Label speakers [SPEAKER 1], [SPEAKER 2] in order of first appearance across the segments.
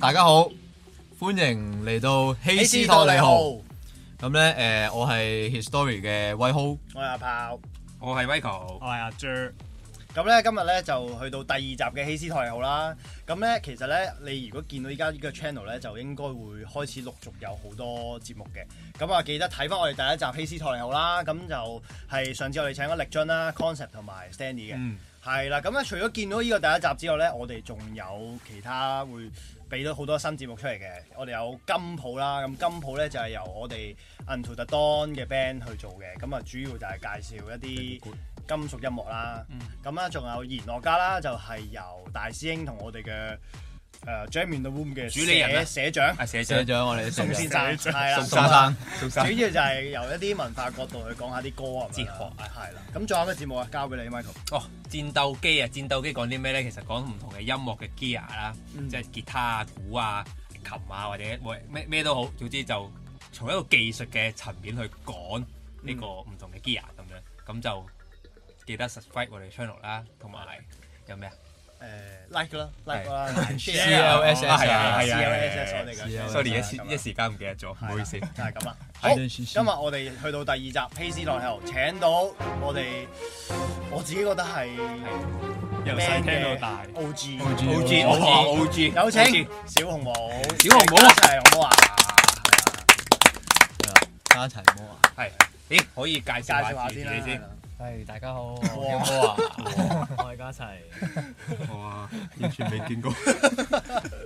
[SPEAKER 1] 大家好，歡迎嚟到希斯托利
[SPEAKER 2] 好，
[SPEAKER 1] 號。
[SPEAKER 2] 我
[SPEAKER 1] 咁咧，誒、我係 History 嘅威浩，
[SPEAKER 2] 係阿炮。
[SPEAKER 3] 我係 Michael，
[SPEAKER 4] 我係阿 Jer，
[SPEAKER 2] 咁咧今日咧就去到第二集嘅希斯托利號啦。咁咧其實咧，你如果見到依家呢個 channel 咧，就應該會開始陸續有好多節目嘅。咁啊，記得睇翻我哋第一集希斯托利號啦。咁就係上次我哋請咗力津啦、Concept 同埋 Stanley 嘅。
[SPEAKER 3] 嗯，
[SPEAKER 2] 係啦，咁啊咧除咗見到呢個第一集之外咧，我哋仲有其他會俾到好多新節目出嚟嘅。我哋有金鋪啦，咁金鋪咧就係、由我哋 Until the Dawn 嘅 band 去做嘅，咁啊主要就係介紹一
[SPEAKER 3] 嗯
[SPEAKER 2] 啲金屬音樂啦。咁啦、仲有弦樂家啦，就係、由大師兄同我哋嘅誒 Jam in the Room 嘅
[SPEAKER 3] 主理人
[SPEAKER 2] 社
[SPEAKER 3] 啊
[SPEAKER 2] 社長
[SPEAKER 3] 阿社
[SPEAKER 1] 社
[SPEAKER 3] 長，
[SPEAKER 1] 長我哋
[SPEAKER 2] 宋先生係啦
[SPEAKER 1] 宋。生，
[SPEAKER 3] 宋
[SPEAKER 2] 主
[SPEAKER 3] 生，
[SPEAKER 2] 要就係由一啲文化角度去講下啲歌啊，
[SPEAKER 3] 哲學啊
[SPEAKER 2] 係啦。咁仲有咩節目啊？交俾你 Michael。
[SPEAKER 3] 哦，戰鬥機啊，戰鬥機講啲咩咧？其實講唔同嘅音樂嘅 gear 啦，
[SPEAKER 2] 嗯
[SPEAKER 3] 即係吉他啊、鼓啊、琴啊，或者咩咩都好，總之就從一個技術嘅層面去講呢個唔同嘅 gear 咁樣，咁就記得 subscribe 我哋嘅 channel 啦，同埋有咩啊？
[SPEAKER 2] 誒 like 啦，like 啦
[SPEAKER 1] CLSS
[SPEAKER 3] 啊係啊係啊係啊
[SPEAKER 2] CLSS 我哋
[SPEAKER 1] 係啊
[SPEAKER 2] 嘅
[SPEAKER 3] sorry 一時
[SPEAKER 2] 咁樣
[SPEAKER 3] 啊一時間唔記得咗，唔好意思
[SPEAKER 2] 係。啦就係咁啦。
[SPEAKER 1] 係
[SPEAKER 2] 好，今日我哋去到第二集《披斯落後》，請到我哋我自己覺得係
[SPEAKER 4] 由
[SPEAKER 2] band
[SPEAKER 4] 細聽
[SPEAKER 2] 嘅
[SPEAKER 4] 到大，
[SPEAKER 2] OG
[SPEAKER 1] OG
[SPEAKER 3] O G O G O G，
[SPEAKER 2] 有請小紅帽，
[SPEAKER 3] 小紅帽啊
[SPEAKER 2] 一齊好唔好啊？
[SPEAKER 1] 加一齊摸啊！
[SPEAKER 3] 係，咦可以介紹
[SPEAKER 2] 介紹
[SPEAKER 3] 下
[SPEAKER 2] 下
[SPEAKER 3] 啊自己
[SPEAKER 2] 先啦係
[SPEAKER 3] 先
[SPEAKER 2] 啦。。
[SPEAKER 4] 係大家好，
[SPEAKER 2] 哇
[SPEAKER 1] 摸啊！
[SPEAKER 4] 我係家齊，
[SPEAKER 3] 哇！完全未見過。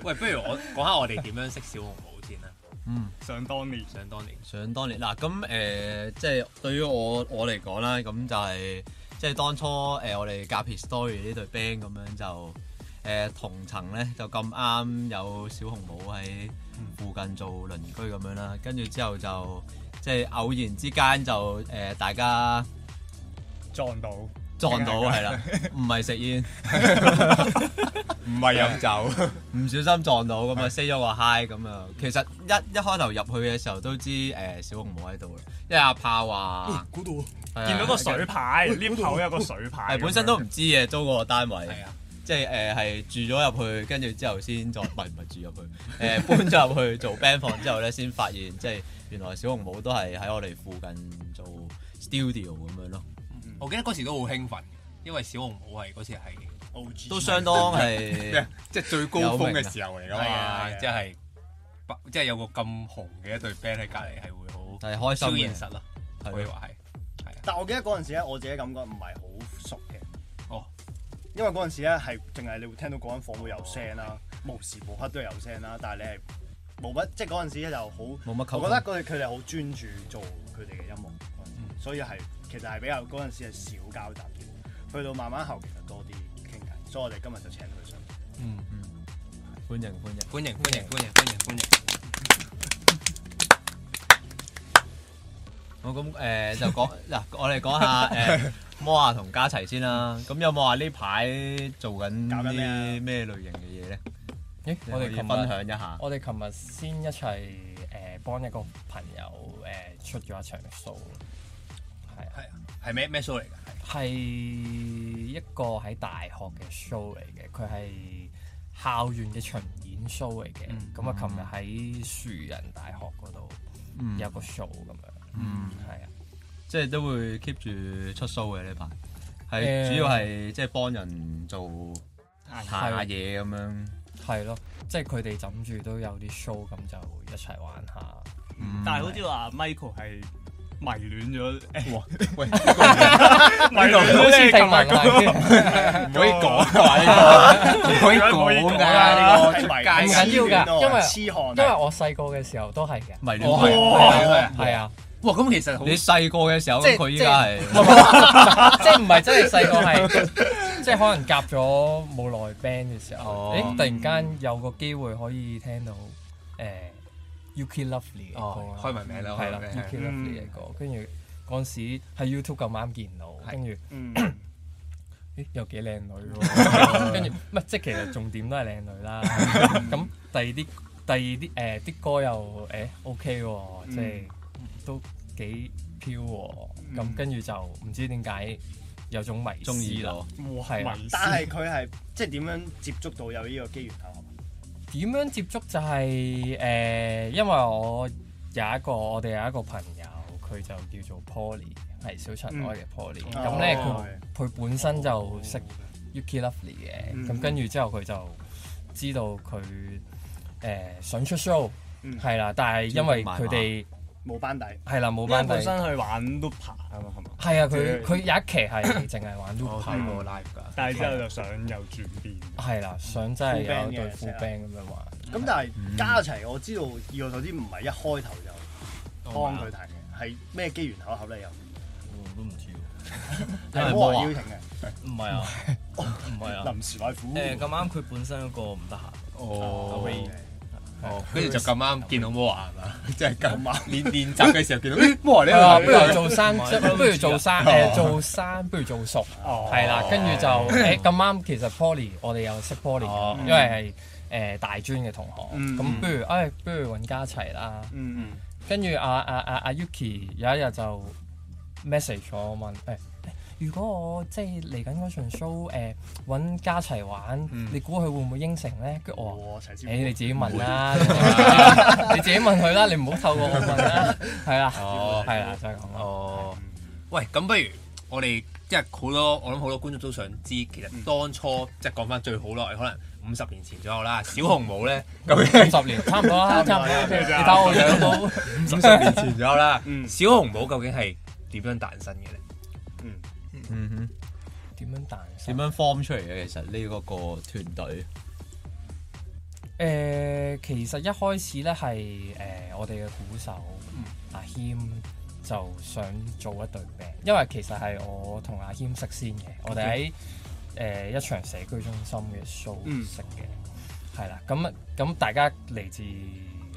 [SPEAKER 3] 喂，不如我講下我哋點樣識小紅帽先啦。
[SPEAKER 1] 嗯，
[SPEAKER 4] 想當年
[SPEAKER 3] 想當年，
[SPEAKER 1] 想當年嗱，咁誒、即係對於我我嚟講啦，咁就係、即係當初誒、我哋夾 History 呢隊 band 咁樣就誒、同層咧就咁啱有小紅帽喺附近做鄰居咁樣啦，跟住之後就即係偶然之間就誒、大家
[SPEAKER 4] 撞到，
[SPEAKER 1] 撞 到係啦，唔係食煙，
[SPEAKER 3] 唔係飲酒。
[SPEAKER 1] 唔小心撞到咁啊，say 咗個 hi 咁啊。其實一一開頭入去嘅時候都知誒、小紅帽喺度啦，因為阿炮話
[SPEAKER 2] 估到
[SPEAKER 1] 係啊
[SPEAKER 4] 見到個水牌，lift 口有個水牌，
[SPEAKER 1] 係本身都唔知嘅，租嗰個單位，
[SPEAKER 3] 係啊，
[SPEAKER 1] 即係誒係住咗入去，跟住之後先再唔係唔係住入去，誒搬咗入去做 band 房之後咧，先發現即係原來小紅帽都係喺我哋附近做 studio 咁樣咯，
[SPEAKER 3] 我記得嗰時都好興奮，因為小紅帽係嗰時係
[SPEAKER 2] OG
[SPEAKER 1] 都相當 係
[SPEAKER 3] 即係最
[SPEAKER 1] 高峰嘅時
[SPEAKER 3] 候嚟
[SPEAKER 2] 㗎嘛
[SPEAKER 3] 即係即係有個咁紅嘅一隊 band 喺隔離，係會好
[SPEAKER 1] 係開心
[SPEAKER 3] 超
[SPEAKER 1] 嘅
[SPEAKER 3] 現，實啦，可以
[SPEAKER 1] 係咯
[SPEAKER 3] 話係係啊。
[SPEAKER 2] 但我記得嗰陣時咧，我自己感覺唔係好熟嘅。
[SPEAKER 3] 哦，
[SPEAKER 2] 因為嗰陣時咧啊係淨係你會聽到嗰間房會有聲啦，無時無刻都有聲啦，但係你係冇乜，即係嗰陣時咧就好，
[SPEAKER 1] 冇乜溝通
[SPEAKER 2] 我覺得佢佢哋好專注做佢哋嘅音樂，所以係其實係比較嗰陣時係少交集嘅，去到慢慢後其實多啲傾偈，所以我哋今日就請佢上嚟。
[SPEAKER 3] 嗯，
[SPEAKER 1] 歡迎歡迎。
[SPEAKER 3] 歡迎歡迎歡迎歡迎歡迎。
[SPEAKER 1] 好咁誒、就講嗱，我哋講下誒摩亞同家齊先啦。咁有冇話呢排做緊
[SPEAKER 2] 搞緊咩啊
[SPEAKER 1] 啲咩類型嘅嘢咧？
[SPEAKER 5] 咦，我
[SPEAKER 1] 可
[SPEAKER 5] 哋
[SPEAKER 1] 以
[SPEAKER 5] 琴日
[SPEAKER 1] 分享一下。
[SPEAKER 5] 我哋琴日先一齊誒幫一個朋友誒、呃出咗一場 show，係啊
[SPEAKER 3] 係啊，係咩咩 show 嚟㗎？
[SPEAKER 5] 係一個喺大學嘅 show 嚟嘅，佢係校園嘅巡演 show 嚟嘅。
[SPEAKER 3] 嗯
[SPEAKER 5] 咁啊、琴日喺樹人大學嗰度
[SPEAKER 1] 嗯，
[SPEAKER 5] 有個 show 咁樣，
[SPEAKER 1] 嗯，
[SPEAKER 5] 係啊，
[SPEAKER 1] 即係都會 keep 住出 show 嘅呢排，係、
[SPEAKER 5] 誒
[SPEAKER 1] 主要係即係幫人做下嘢咁樣。
[SPEAKER 5] 係咯，即係佢哋枕住都有啲 show，咁就一齊玩下。
[SPEAKER 1] 嗯
[SPEAKER 4] 但係好似話 Michael 係迷戀咗，
[SPEAKER 3] 喂，
[SPEAKER 4] 迷戀咗你琴日嗰個
[SPEAKER 3] 唔可以講㗎嘛呢 個，唔可以講㗎呢個出
[SPEAKER 5] 哦唔
[SPEAKER 3] 街㗎。
[SPEAKER 5] 緊要㗎因為
[SPEAKER 2] 痴漢
[SPEAKER 5] 因為
[SPEAKER 2] 啊，
[SPEAKER 5] 我細個嘅時候都係嘅，
[SPEAKER 1] 迷戀
[SPEAKER 3] 哇
[SPEAKER 1] 佢。
[SPEAKER 5] 係啊。
[SPEAKER 3] 哇，咁其實好
[SPEAKER 1] 哦你細個嘅時候，
[SPEAKER 5] 哦即係
[SPEAKER 1] 佢依家係
[SPEAKER 5] 即係唔係真係細個係，即係可能夾咗冇耐 band 嘅時候，
[SPEAKER 1] 哦
[SPEAKER 5] 誒突然間有個機會可以聽到誒 Yuki Lovely 嘅
[SPEAKER 3] 哦，
[SPEAKER 5] 歌
[SPEAKER 3] 開
[SPEAKER 5] 啦，
[SPEAKER 3] 埋名啦，
[SPEAKER 5] 係啦
[SPEAKER 3] 開埋名嗯
[SPEAKER 5] ，Yuki Lovely 嘅歌，跟住嗰陣時喺 YouTube 咁啱見到，
[SPEAKER 3] 係
[SPEAKER 5] 跟住
[SPEAKER 2] 嗯，
[SPEAKER 5] 咦有幾靚女喎，跟住唔係即係其實重點都係靚女啦，咁第二啲第二啲誒啲歌又誒 OK 喎，即係都幾飄喎，
[SPEAKER 2] 嗯
[SPEAKER 5] 咁跟住就唔知點解有種迷
[SPEAKER 1] 中
[SPEAKER 5] 思
[SPEAKER 1] 意
[SPEAKER 5] 啦。
[SPEAKER 1] 咗。
[SPEAKER 4] 哇
[SPEAKER 5] 係啊
[SPEAKER 4] 迷思
[SPEAKER 2] 但係佢係即係點樣接觸到有呢個機緣巧合？
[SPEAKER 5] 點樣接觸就係、誒、因為我有一個我哋有一個朋友，佢就叫做 Poly，係小塵埃嘅 Poly。咁咧佢
[SPEAKER 2] 哦
[SPEAKER 5] 佢本身就識 Yuki Lovely 嘅，
[SPEAKER 2] 嗯
[SPEAKER 5] 咁跟住之後佢就知道佢誒想出 show，
[SPEAKER 2] 嗯
[SPEAKER 5] 係啦，但係因為佢哋
[SPEAKER 2] 冇班底，
[SPEAKER 5] 係啦冇
[SPEAKER 4] 因為
[SPEAKER 5] 班底
[SPEAKER 4] 本，身去玩 Looper 啊嘛，係嘛？
[SPEAKER 5] 係啊佢佢有一期係淨係玩 l o
[SPEAKER 3] 嗯
[SPEAKER 5] o
[SPEAKER 4] 睇過
[SPEAKER 3] live 㗎。
[SPEAKER 4] 但係之後就想有轉變，
[SPEAKER 5] 係啦，想真係
[SPEAKER 2] Full band
[SPEAKER 5] 有對
[SPEAKER 2] 嘅
[SPEAKER 5] full band 咁樣玩。
[SPEAKER 2] 咁但係加齊，我知道以我所知唔係一開頭就幫佢彈嘅，係咩機緣巧合咧？又
[SPEAKER 6] 我哦都唔知喎，
[SPEAKER 1] 因為冇
[SPEAKER 2] 係冇
[SPEAKER 1] 啊
[SPEAKER 2] 人邀請
[SPEAKER 6] 唔
[SPEAKER 2] 嘅，
[SPEAKER 6] 係啊，唔係 啊。
[SPEAKER 2] 臨時來苦。
[SPEAKER 6] 誒咁啱佢本身嗰個唔得閒，
[SPEAKER 3] 哦，
[SPEAKER 2] 哦
[SPEAKER 3] 哦跟住就咁啱見到 Moa 係嘛，即係咁
[SPEAKER 2] 咁啱
[SPEAKER 3] 啱練練習嘅時候見到咦 Moa 呢
[SPEAKER 5] 啊，
[SPEAKER 3] 度，
[SPEAKER 5] 不如做山，
[SPEAKER 6] 唔係
[SPEAKER 5] 不如做山，誒做山，不如做熟，係啦。跟 住就誒咁啱，其實 Poly 我哋又識 Poly，
[SPEAKER 3] 哦
[SPEAKER 5] 因為係誒大專嘅同學，
[SPEAKER 2] 嗯
[SPEAKER 5] 咁不如誒不如揾家齊啦。
[SPEAKER 2] 嗯嗯，
[SPEAKER 5] 跟住阿阿阿阿 Yuki 有一日就 message 我問誒。如果我即係嚟緊嗰場 show，誒揾家齊玩，你估佢會唔會應承咧？跟住我話
[SPEAKER 2] 我齊
[SPEAKER 5] 誒、
[SPEAKER 2] 先。
[SPEAKER 5] 你自己問 啦，你自己問佢啦，你唔好透過我問啦，係啦，
[SPEAKER 3] 哦
[SPEAKER 5] 係啦，就係咁咯。
[SPEAKER 3] 哦，喂，咁不如我哋即係好多，我諗好多觀眾都想知，其實當初即係講翻最好耐，可能五十年前左右啦，小紅帽咧，究竟
[SPEAKER 5] 五十年差唔多啦，差唔多，你睇我樣都
[SPEAKER 3] 五 十年前左右啦，
[SPEAKER 2] 嗯
[SPEAKER 3] 小紅帽究竟係點樣誕生嘅咧？
[SPEAKER 1] 嗯哼。
[SPEAKER 5] 點樣彈？
[SPEAKER 1] 點
[SPEAKER 5] 點
[SPEAKER 1] 樣
[SPEAKER 5] 樣？
[SPEAKER 1] form 出嚟嘅？其實呢嗰個團隊，
[SPEAKER 5] 誒，呃其實一開始咧係誒我哋嘅鼓手
[SPEAKER 3] 嗯
[SPEAKER 5] 阿軒就想做一對 band，因為其實係我同阿軒識先嘅，我哋喺呃誒一場社區中心嘅 show
[SPEAKER 2] 嗯
[SPEAKER 5] 識嘅，係啦，咁咁大家嚟自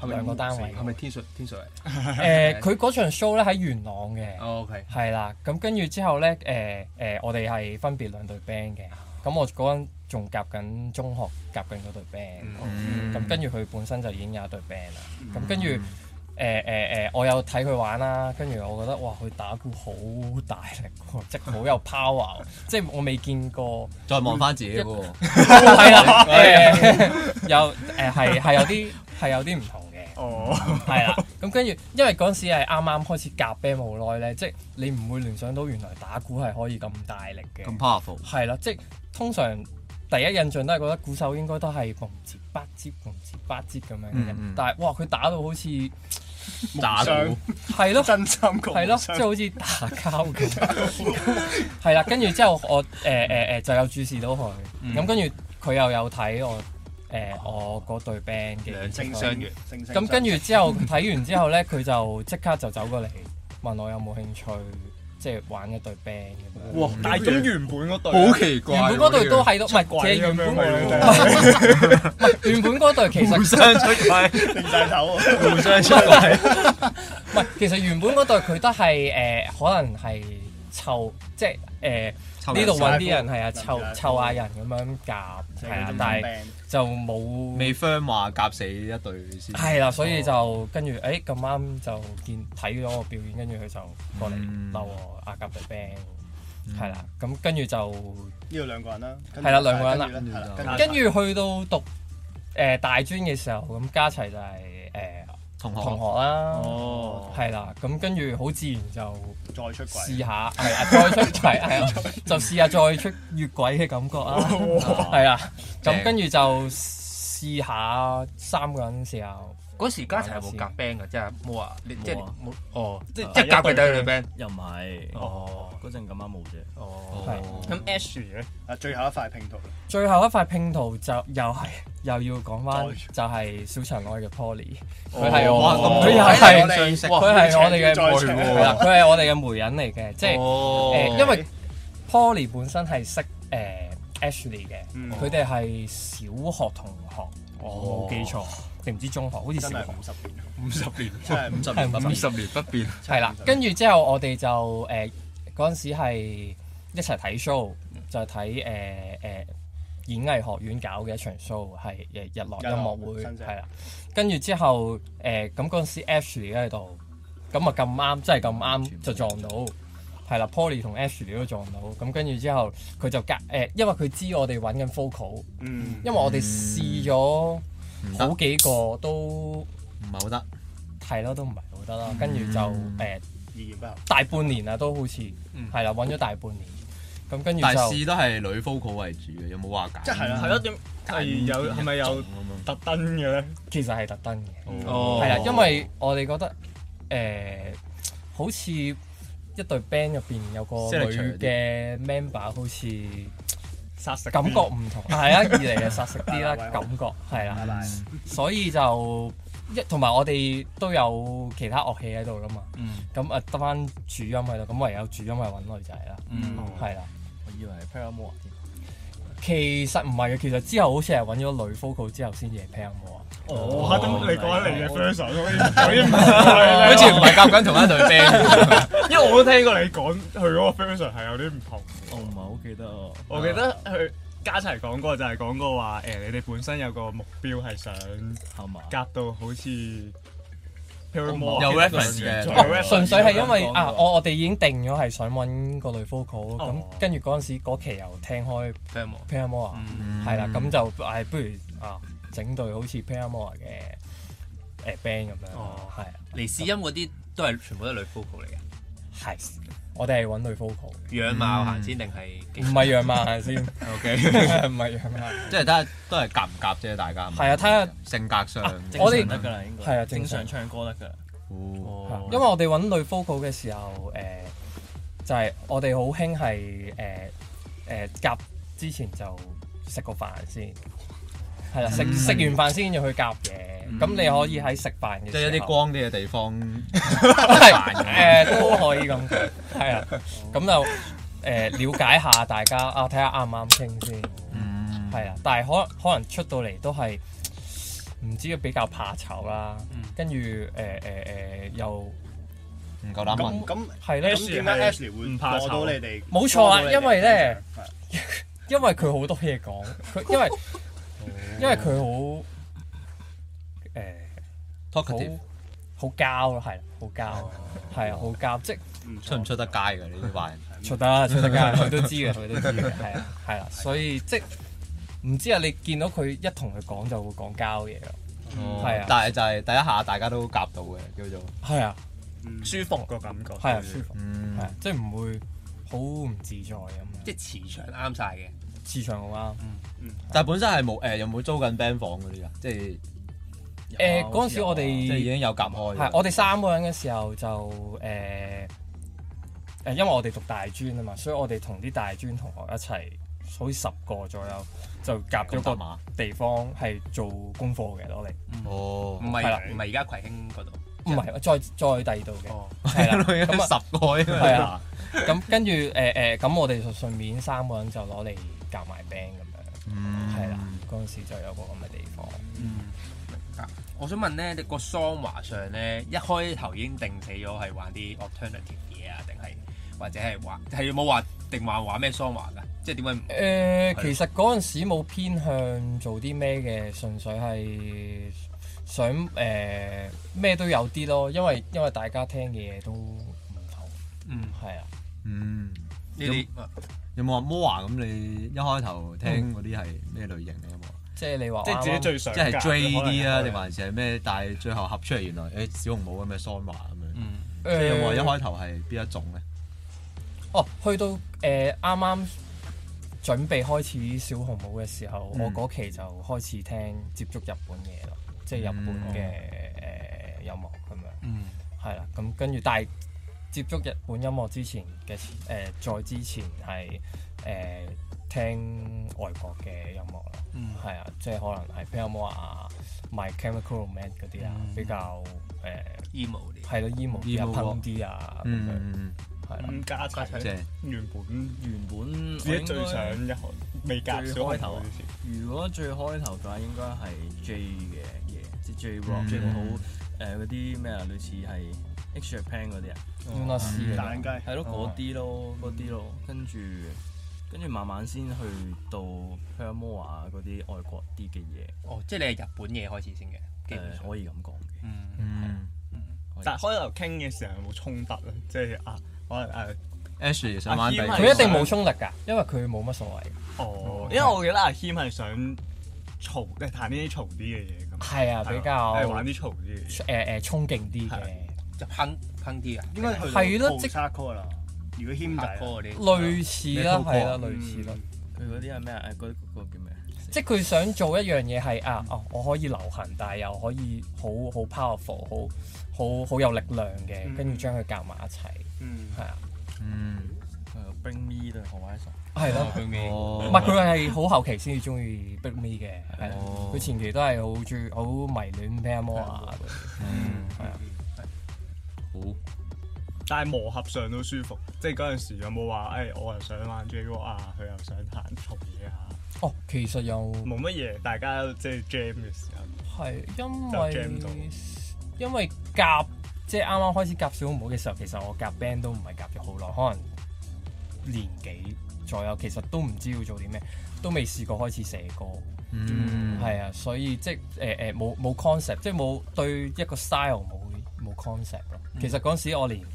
[SPEAKER 5] 兩個單位，
[SPEAKER 3] 係咪天水天水圍
[SPEAKER 5] 誒，佢嗰場 show 咧喺元朗嘅，
[SPEAKER 3] 哦？OK，
[SPEAKER 5] 係啦、咁跟住之後咧，誒、誒、我哋係分別兩隊 band 嘅，咁我嗰陣仲夾緊中學夾緊嗰隊 band，
[SPEAKER 1] 嗯
[SPEAKER 5] 咁跟住佢本身就已經有一隊 band 啦，咁跟住誒誒誒，我有睇佢玩啦，跟住我覺得哇，佢打鼓好大力喎，即係好有 power，喎即係我未見過。
[SPEAKER 1] 再望翻自己嗰個，
[SPEAKER 5] 係啦，誒有誒係係有啲係有啲唔同嘅。哦，係啦。咁跟住，因為嗰陣時係啱啱開始夾 band 冇耐咧，即係你唔會聯想到原來打鼓係可以咁大力
[SPEAKER 1] 咁
[SPEAKER 5] 嘅。
[SPEAKER 1] powerful，
[SPEAKER 5] 係啦，即係通常第一印象都係覺得鼓手應該都係嘣接八接嘣接八接咁樣
[SPEAKER 1] 嗯
[SPEAKER 5] 嘅
[SPEAKER 1] 嗯，
[SPEAKER 5] 但係哇佢打到好似
[SPEAKER 1] 打鼓
[SPEAKER 2] 無雙
[SPEAKER 5] 係咯。
[SPEAKER 2] 真心講
[SPEAKER 5] 係咯，即係好似打交咁。係啦，跟住之後我誒誒誒就有注視到佢，咁跟住佢又有睇我誒我嗰隊 band
[SPEAKER 3] 兩
[SPEAKER 5] 嘅
[SPEAKER 3] 隻
[SPEAKER 2] 正
[SPEAKER 5] 影
[SPEAKER 3] 雙
[SPEAKER 5] 相。
[SPEAKER 2] 相
[SPEAKER 3] 月
[SPEAKER 5] 咁跟住之後睇完之後咧，佢就即刻就走過嚟問我有冇興趣，即係玩一隊 band 咁樣。
[SPEAKER 4] 哇！但係咁原本嗰對
[SPEAKER 3] 好奇怪
[SPEAKER 5] 原
[SPEAKER 3] 喎，
[SPEAKER 5] 本嗰隊都
[SPEAKER 3] 呢
[SPEAKER 5] 係都唔係，其實
[SPEAKER 4] 鬼咁
[SPEAKER 5] 原
[SPEAKER 4] 樣
[SPEAKER 5] 本
[SPEAKER 4] 咪
[SPEAKER 5] 唔 係原本嗰隊其實
[SPEAKER 1] 相出軌，
[SPEAKER 2] 定晒頭啊，
[SPEAKER 1] 互相出軌，
[SPEAKER 5] 唔係 其實原本嗰隊佢都係誒可能係湊即係誒。呢度揾啲人係啊，湊湊下人咁樣夾，係啊，但係就冇
[SPEAKER 1] 未 firm 話夾死一隊先，
[SPEAKER 5] 係啦，所以就跟住誒咁啱就見睇咗我表演，跟住佢就過嚟嬲我阿夾對 band，係啦，咁跟住就
[SPEAKER 2] 呢度兩個人啦，
[SPEAKER 5] 係啦兩個人啦
[SPEAKER 2] 跟住咧係啦，
[SPEAKER 5] 跟住去到讀誒大專嘅時候，咁加齊就係誒
[SPEAKER 1] 同學
[SPEAKER 5] 同學啦，
[SPEAKER 3] 哦
[SPEAKER 5] 係啦，咁跟住好自然就。
[SPEAKER 2] 再出軌，
[SPEAKER 5] 試下係啊，再出軌係啊，就試下再出越軌嘅感覺啊，係啊，
[SPEAKER 1] 正
[SPEAKER 5] 咁跟住就試下三個人試下，
[SPEAKER 3] 嗰時家齊有冇夾 band 㗎？即係 Moa，你即係
[SPEAKER 6] 冇啊
[SPEAKER 3] 冇哦，即
[SPEAKER 4] 係
[SPEAKER 3] 係即係夾佢哋
[SPEAKER 4] 第
[SPEAKER 3] band。
[SPEAKER 6] 又唔係，
[SPEAKER 3] 哦
[SPEAKER 6] 嗰陣咁啱冇啫。
[SPEAKER 3] 哦，
[SPEAKER 1] 哦
[SPEAKER 5] 係
[SPEAKER 4] 咁 Ash 咧，
[SPEAKER 2] 啊最後一塊拼圖，
[SPEAKER 5] 最後一塊拼圖就又係又要講翻
[SPEAKER 2] 再哦
[SPEAKER 5] 就係小塵埃嘅 Poly，佢係
[SPEAKER 1] 哇
[SPEAKER 3] 哦
[SPEAKER 5] 我，
[SPEAKER 1] 咁
[SPEAKER 5] 佢又
[SPEAKER 1] 好
[SPEAKER 5] 係
[SPEAKER 2] 哋
[SPEAKER 1] 相識
[SPEAKER 5] 佢係我哋
[SPEAKER 2] 再
[SPEAKER 5] 嘅
[SPEAKER 2] 出哦
[SPEAKER 5] 媒係啦，佢係我哋嘅媒人嚟嘅，即係誒，因
[SPEAKER 3] 因
[SPEAKER 5] 為 Poly 本身係識誒 Ashley 嘅，
[SPEAKER 2] 嗯哦
[SPEAKER 5] 佢哋係小學同學，我冇記錯定唔知中學，好似小
[SPEAKER 2] 真係
[SPEAKER 5] 學。
[SPEAKER 2] 五十年，
[SPEAKER 3] 五十年，
[SPEAKER 2] 真係五十
[SPEAKER 5] 係五
[SPEAKER 3] 五十年不變。
[SPEAKER 5] 係啦，跟住之後我哋就誒嗰陣時係一齊睇 show，就係睇誒誒呃演藝學院搞嘅一場 show，係誒日落音樂會，
[SPEAKER 2] 日落新社
[SPEAKER 5] 係啦。跟住之後誒咁嗰陣時 Ashley 喺度，咁啊咁啱，真係咁啱就撞到。係啦，Poly 同 Ashley 都撞到，咁跟住之後呃佢就夾誒、因為佢知我哋揾緊 focal，
[SPEAKER 2] 嗯
[SPEAKER 5] 因為我哋試咗
[SPEAKER 1] 唔得
[SPEAKER 5] 好幾個都
[SPEAKER 1] 唔係好得。
[SPEAKER 5] 係咯，都唔係好得啦。跟住就呃
[SPEAKER 1] 嗯
[SPEAKER 5] 誒
[SPEAKER 2] 意見不合。
[SPEAKER 5] 大半年啦，都好似
[SPEAKER 3] 嗯
[SPEAKER 5] 係啦，揾咗大半年。咁跟住
[SPEAKER 1] 但係
[SPEAKER 5] 就
[SPEAKER 1] 試都係女 vocal 為主嘅，有冇話揀？
[SPEAKER 2] 即係啦
[SPEAKER 4] 係咯，點係有係咪有特登嘅咧？
[SPEAKER 5] 其實係特登嘅。
[SPEAKER 3] 哦
[SPEAKER 5] 係啦，因為我哋覺得誒、呃好似一隊 band 入邊有個
[SPEAKER 1] 即係
[SPEAKER 5] 女
[SPEAKER 1] 長啲
[SPEAKER 5] 嘅 member，好似
[SPEAKER 4] 殺哦食
[SPEAKER 5] 感覺唔 同，係啊，二嚟係殺食啲啦，
[SPEAKER 2] 拜拜
[SPEAKER 5] 感覺係
[SPEAKER 2] 拜
[SPEAKER 5] 啦，
[SPEAKER 2] 拜。
[SPEAKER 5] 所以就一同埋我哋都有其他樂器喺度噶嘛，咁啊得翻主音喺度，咁唯有主音係揾女仔啦，係啦。
[SPEAKER 6] 我以為係 Paramore 添。
[SPEAKER 5] 其實唔係嘅，其實之後好似係揾咗女 focal 之後先至係 p a m
[SPEAKER 4] 哦，嚇咁你講緊你嘅啊 version 可以 可以唔
[SPEAKER 1] 好似唔
[SPEAKER 4] 係
[SPEAKER 1] 係夾緊同一隊 band。
[SPEAKER 4] 因為我都聽過你講佢嗰個 version 係有啲唔同。
[SPEAKER 6] 我唔係好記得啊。
[SPEAKER 4] 我記得佢家齊講過就係講過話誒，你哋本身有個目標係想
[SPEAKER 6] 係嘛？
[SPEAKER 4] 夾到好似 Paramore
[SPEAKER 1] 有 reference 嘅
[SPEAKER 4] 有
[SPEAKER 1] 哦
[SPEAKER 4] reference
[SPEAKER 5] 純粹係因為
[SPEAKER 6] 講過
[SPEAKER 5] 啊，我我哋已經定咗係想揾個女 focal，咁
[SPEAKER 4] 哦
[SPEAKER 5] 跟住嗰陣時嗰期又聽開
[SPEAKER 3] Paramore
[SPEAKER 5] p a r a m o r
[SPEAKER 1] 嗯
[SPEAKER 5] e 係啦，咁就誒不如啊整隊好似 p a r a m o r e 嘅誒 band 咁樣，
[SPEAKER 4] 哦
[SPEAKER 5] 係啊
[SPEAKER 3] 嚟試音嗰啲都係全部都係女 vocal 嚟嘅，
[SPEAKER 5] 係，我哋係揾女 focal，嘅
[SPEAKER 3] 樣貌行先定係幾
[SPEAKER 5] 唔係樣貌係先，唔
[SPEAKER 3] OK？
[SPEAKER 5] 係樣貌，
[SPEAKER 1] 即係睇下都係夾唔夾啫，大家
[SPEAKER 5] 係啊睇下啊
[SPEAKER 1] 性格上。
[SPEAKER 5] 我哋
[SPEAKER 6] 正常得㗎啦，應該
[SPEAKER 5] 係啊正
[SPEAKER 6] 正常
[SPEAKER 5] 常
[SPEAKER 6] 唱歌得㗎啦。
[SPEAKER 1] 哦
[SPEAKER 5] 因為我哋揾女 focal 嘅時候，誒、就係、我哋好興係誒誒夾之前就食個飯先，係啦，食
[SPEAKER 1] 嗯
[SPEAKER 5] 食完飯先至去夾嘢。咁、你可以喺食飯哦嘅時候，啊
[SPEAKER 1] 即係一啲光啲嘅地方，
[SPEAKER 5] 係誒都可以咁講，係啦，
[SPEAKER 1] 哦
[SPEAKER 5] 咁就誒、了解下大家啊，睇下啱唔啱傾先，
[SPEAKER 1] 嗯，
[SPEAKER 5] 係啦，啊但係可可能出到嚟都係唔知比較怕醜啦，
[SPEAKER 1] 嗯
[SPEAKER 5] 跟住誒誒誒又。
[SPEAKER 1] 唔夠膽
[SPEAKER 2] 咁
[SPEAKER 1] 問。
[SPEAKER 2] 咁
[SPEAKER 5] 係咧，
[SPEAKER 2] 咁點解 Ashley 會過到你哋？
[SPEAKER 5] 冇錯啊
[SPEAKER 2] 過到你哋
[SPEAKER 5] 因為咧
[SPEAKER 2] 係
[SPEAKER 5] 因為佢好多嘢講， 佢因為因為佢好誒
[SPEAKER 1] talkative
[SPEAKER 5] 好好交咯，係好交，係啊好交，即係
[SPEAKER 2] 唔錯
[SPEAKER 1] 出唔出得街嘅呢啲話人？
[SPEAKER 5] 出得出得㗎，佢都知嘅，佢都知嘅，係啊係啦，所以即係唔知啊，你見到佢一同佢講就會講交嘢咯，係啊
[SPEAKER 1] 哦但係就係第一下大家都夾到嘅叫做，
[SPEAKER 5] 係啊
[SPEAKER 2] 嗯
[SPEAKER 4] 舒服個感覺，
[SPEAKER 5] 係啊舒服，
[SPEAKER 1] 嗯
[SPEAKER 5] 係啊即係唔會好唔自在咁樣，
[SPEAKER 3] 即係磁場啱晒嘅，
[SPEAKER 5] 磁場好啱。
[SPEAKER 1] 但係本身係冇誒，有冇租緊 band 房嗰啲㗎？即係
[SPEAKER 5] 誒嗰陣時我
[SPEAKER 1] 即係已
[SPEAKER 5] 哋。
[SPEAKER 1] 經有夾開。
[SPEAKER 5] 係，我哋三個人嘅時候就誒誒、因為我哋讀大專啊嘛，所以我哋同啲大專同學一齊，好似十個左右就夾咗
[SPEAKER 1] 咁得
[SPEAKER 5] 個
[SPEAKER 1] 嘛？
[SPEAKER 5] 地方係做功課嘅攞嚟，
[SPEAKER 1] 哦
[SPEAKER 3] 唔，
[SPEAKER 5] 係啦
[SPEAKER 3] 係唔係而家葵興嗰度。
[SPEAKER 5] 唔係再再第二度
[SPEAKER 3] 哦
[SPEAKER 5] 嘅，係 啦咁啊
[SPEAKER 1] 十個因為
[SPEAKER 5] 係啊，咁跟住誒誒咁我哋就順便三個人就攞嚟夾埋 band 咁樣，
[SPEAKER 1] 嗯
[SPEAKER 5] 係啦、嗰陣時就有個咁嘅地方，
[SPEAKER 3] 我想問咧，你個桑華上咧，一開頭已經定死咗係玩啲 alternative 嘢啊，定係或者係玩係有冇話定話玩咩桑華㗎？即係啊點解唔
[SPEAKER 5] 誒、其實嗰陣時冇偏向做啲咩嘅，純粹係想誒咩、都有啲咯，因為因為大家聽嘅嘢都唔同，
[SPEAKER 3] 嗯
[SPEAKER 5] 係啊，
[SPEAKER 1] 嗯，
[SPEAKER 3] 呢啲
[SPEAKER 1] 有冇話 m o 咁？你一開頭聽嗰啲係咩類型嘅有冇啊？
[SPEAKER 5] 即係你話
[SPEAKER 4] 即係自己
[SPEAKER 5] 啱啱
[SPEAKER 4] 最想
[SPEAKER 1] 即係 J
[SPEAKER 4] 夾可能
[SPEAKER 1] 啲啊，
[SPEAKER 4] 係
[SPEAKER 1] 定還是係咩？但係最後合出嚟原來誒小紅帽咁嘅 s o n 咁樣。
[SPEAKER 3] 嗯
[SPEAKER 1] 即係有冇話一
[SPEAKER 5] 誒
[SPEAKER 1] 開頭係邊一種咧？
[SPEAKER 5] 呃哦，去到誒啱啱準備開始小紅帽嘅時候，
[SPEAKER 1] 嗯
[SPEAKER 5] 我嗰期就開始聽接觸日本嘢咯，即係日本嘅誒、音樂咁樣。
[SPEAKER 3] 嗯，
[SPEAKER 5] 係啦，咁跟住但係接觸日本音樂之前嘅誒、呃再之前係誒、呃、聽外國嘅音樂咯，
[SPEAKER 6] 嗯
[SPEAKER 5] 係啊、即係可能係 p a r m o 啊、My Chemical Romance 嗰啲啊，
[SPEAKER 6] 嗯
[SPEAKER 5] 比較
[SPEAKER 3] emo 啲
[SPEAKER 5] 誒係咯 emo 啲啊、
[SPEAKER 1] emo
[SPEAKER 5] 烹啲啊咁樣，
[SPEAKER 1] 嗯，
[SPEAKER 5] 係啦，
[SPEAKER 4] 咁加齊
[SPEAKER 1] 即係
[SPEAKER 4] 原本
[SPEAKER 6] 原本
[SPEAKER 4] 自己最
[SPEAKER 6] 我應
[SPEAKER 4] 想
[SPEAKER 6] 該
[SPEAKER 4] 一開未夾小開
[SPEAKER 6] 最開頭
[SPEAKER 4] 頭
[SPEAKER 6] 啊
[SPEAKER 4] 之前。
[SPEAKER 6] 如果最開頭嘅話，應該係 J 嘅嘢，即係 J rock，
[SPEAKER 1] 嗯
[SPEAKER 6] 即係好誒嗰啲咩啊，類似係 X Japan 嗰啲啊，嗯
[SPEAKER 5] 應該是啦
[SPEAKER 2] 蛋雞
[SPEAKER 6] 係咯嗰啲咯，嗰啲咯，跟住跟住慢慢先去到 p e r m o r 嗰啲外國啲嘅嘢，
[SPEAKER 3] 哦，即係你係日本嘢開始先嘅，基本上
[SPEAKER 6] 誒可以咁講嘅。
[SPEAKER 3] 嗯
[SPEAKER 1] 嗯
[SPEAKER 4] 但係開頭傾嘅時候有冇衝突咧？即係啊，可能誒，
[SPEAKER 1] ，Ashley 想玩第二
[SPEAKER 6] 啊
[SPEAKER 1] 種
[SPEAKER 4] 阿謙係
[SPEAKER 5] 佢一定冇衝力㗎，因為佢冇乜所謂。
[SPEAKER 4] 哦，因為我記得阿謙係想嘈，誒彈呢啲嘈啲嘅嘢咁。
[SPEAKER 5] 係啊，比較
[SPEAKER 4] 係玩啲嘈啲嘅嘢。
[SPEAKER 5] 誒誒衝勁啲嘅。
[SPEAKER 3] 就烹烹啲啊，
[SPEAKER 2] 應該去
[SPEAKER 5] 係咯
[SPEAKER 2] 到
[SPEAKER 5] 即
[SPEAKER 2] c a call 啦。如果謙
[SPEAKER 3] 拍
[SPEAKER 2] 仔
[SPEAKER 3] 歌嗰啲
[SPEAKER 5] 類似啦，
[SPEAKER 1] 你
[SPEAKER 5] 係啦，
[SPEAKER 1] 嗯
[SPEAKER 5] 類
[SPEAKER 2] Ừ.
[SPEAKER 5] 似啦，
[SPEAKER 6] 佢嗰啲係咩啊？誒嗰啲嗰個叫咩？
[SPEAKER 5] 即係佢想做一樣嘢係啊，哦，我可以流行，但係又可以好好 powerful，好好好有力量嘅，跟住將佢夾埋一齊，
[SPEAKER 2] 嗯
[SPEAKER 5] 係啊，
[SPEAKER 1] 嗯，
[SPEAKER 6] 誒 Bring Me 對何偉
[SPEAKER 5] 係咯。唔係
[SPEAKER 1] 哦，
[SPEAKER 5] 佢係好後期先至中意 Big Me 嘅，係啦
[SPEAKER 1] 哦
[SPEAKER 5] 佢前期都係好中意好迷戀 p a m o 啊嗰啲，
[SPEAKER 1] 嗯，
[SPEAKER 5] 係啊，
[SPEAKER 1] 好。
[SPEAKER 4] 但係磨合上都舒服，即係嗰陣時有冇話誒我又想玩 J Rock 啊，佢又想彈嘈嘢啊，
[SPEAKER 5] 哦，其實又
[SPEAKER 4] 冇乜嘢，大家即係 jam 嘅時候。
[SPEAKER 5] 係因
[SPEAKER 4] 就 jam 到
[SPEAKER 5] 為因為夾即係啱啱開始夾小妹嘅時候，其實我夾 band 都唔係夾咗好耐，可能年幾左右，其實都唔知要做啲咩，都未試過開始寫歌，
[SPEAKER 1] 嗯，
[SPEAKER 5] 係啊，所以即係誒誒冇冇 concept，即係冇對一個 style 冇冇 concept 咯。
[SPEAKER 1] 嗯
[SPEAKER 5] 其實嗰陣時我連誒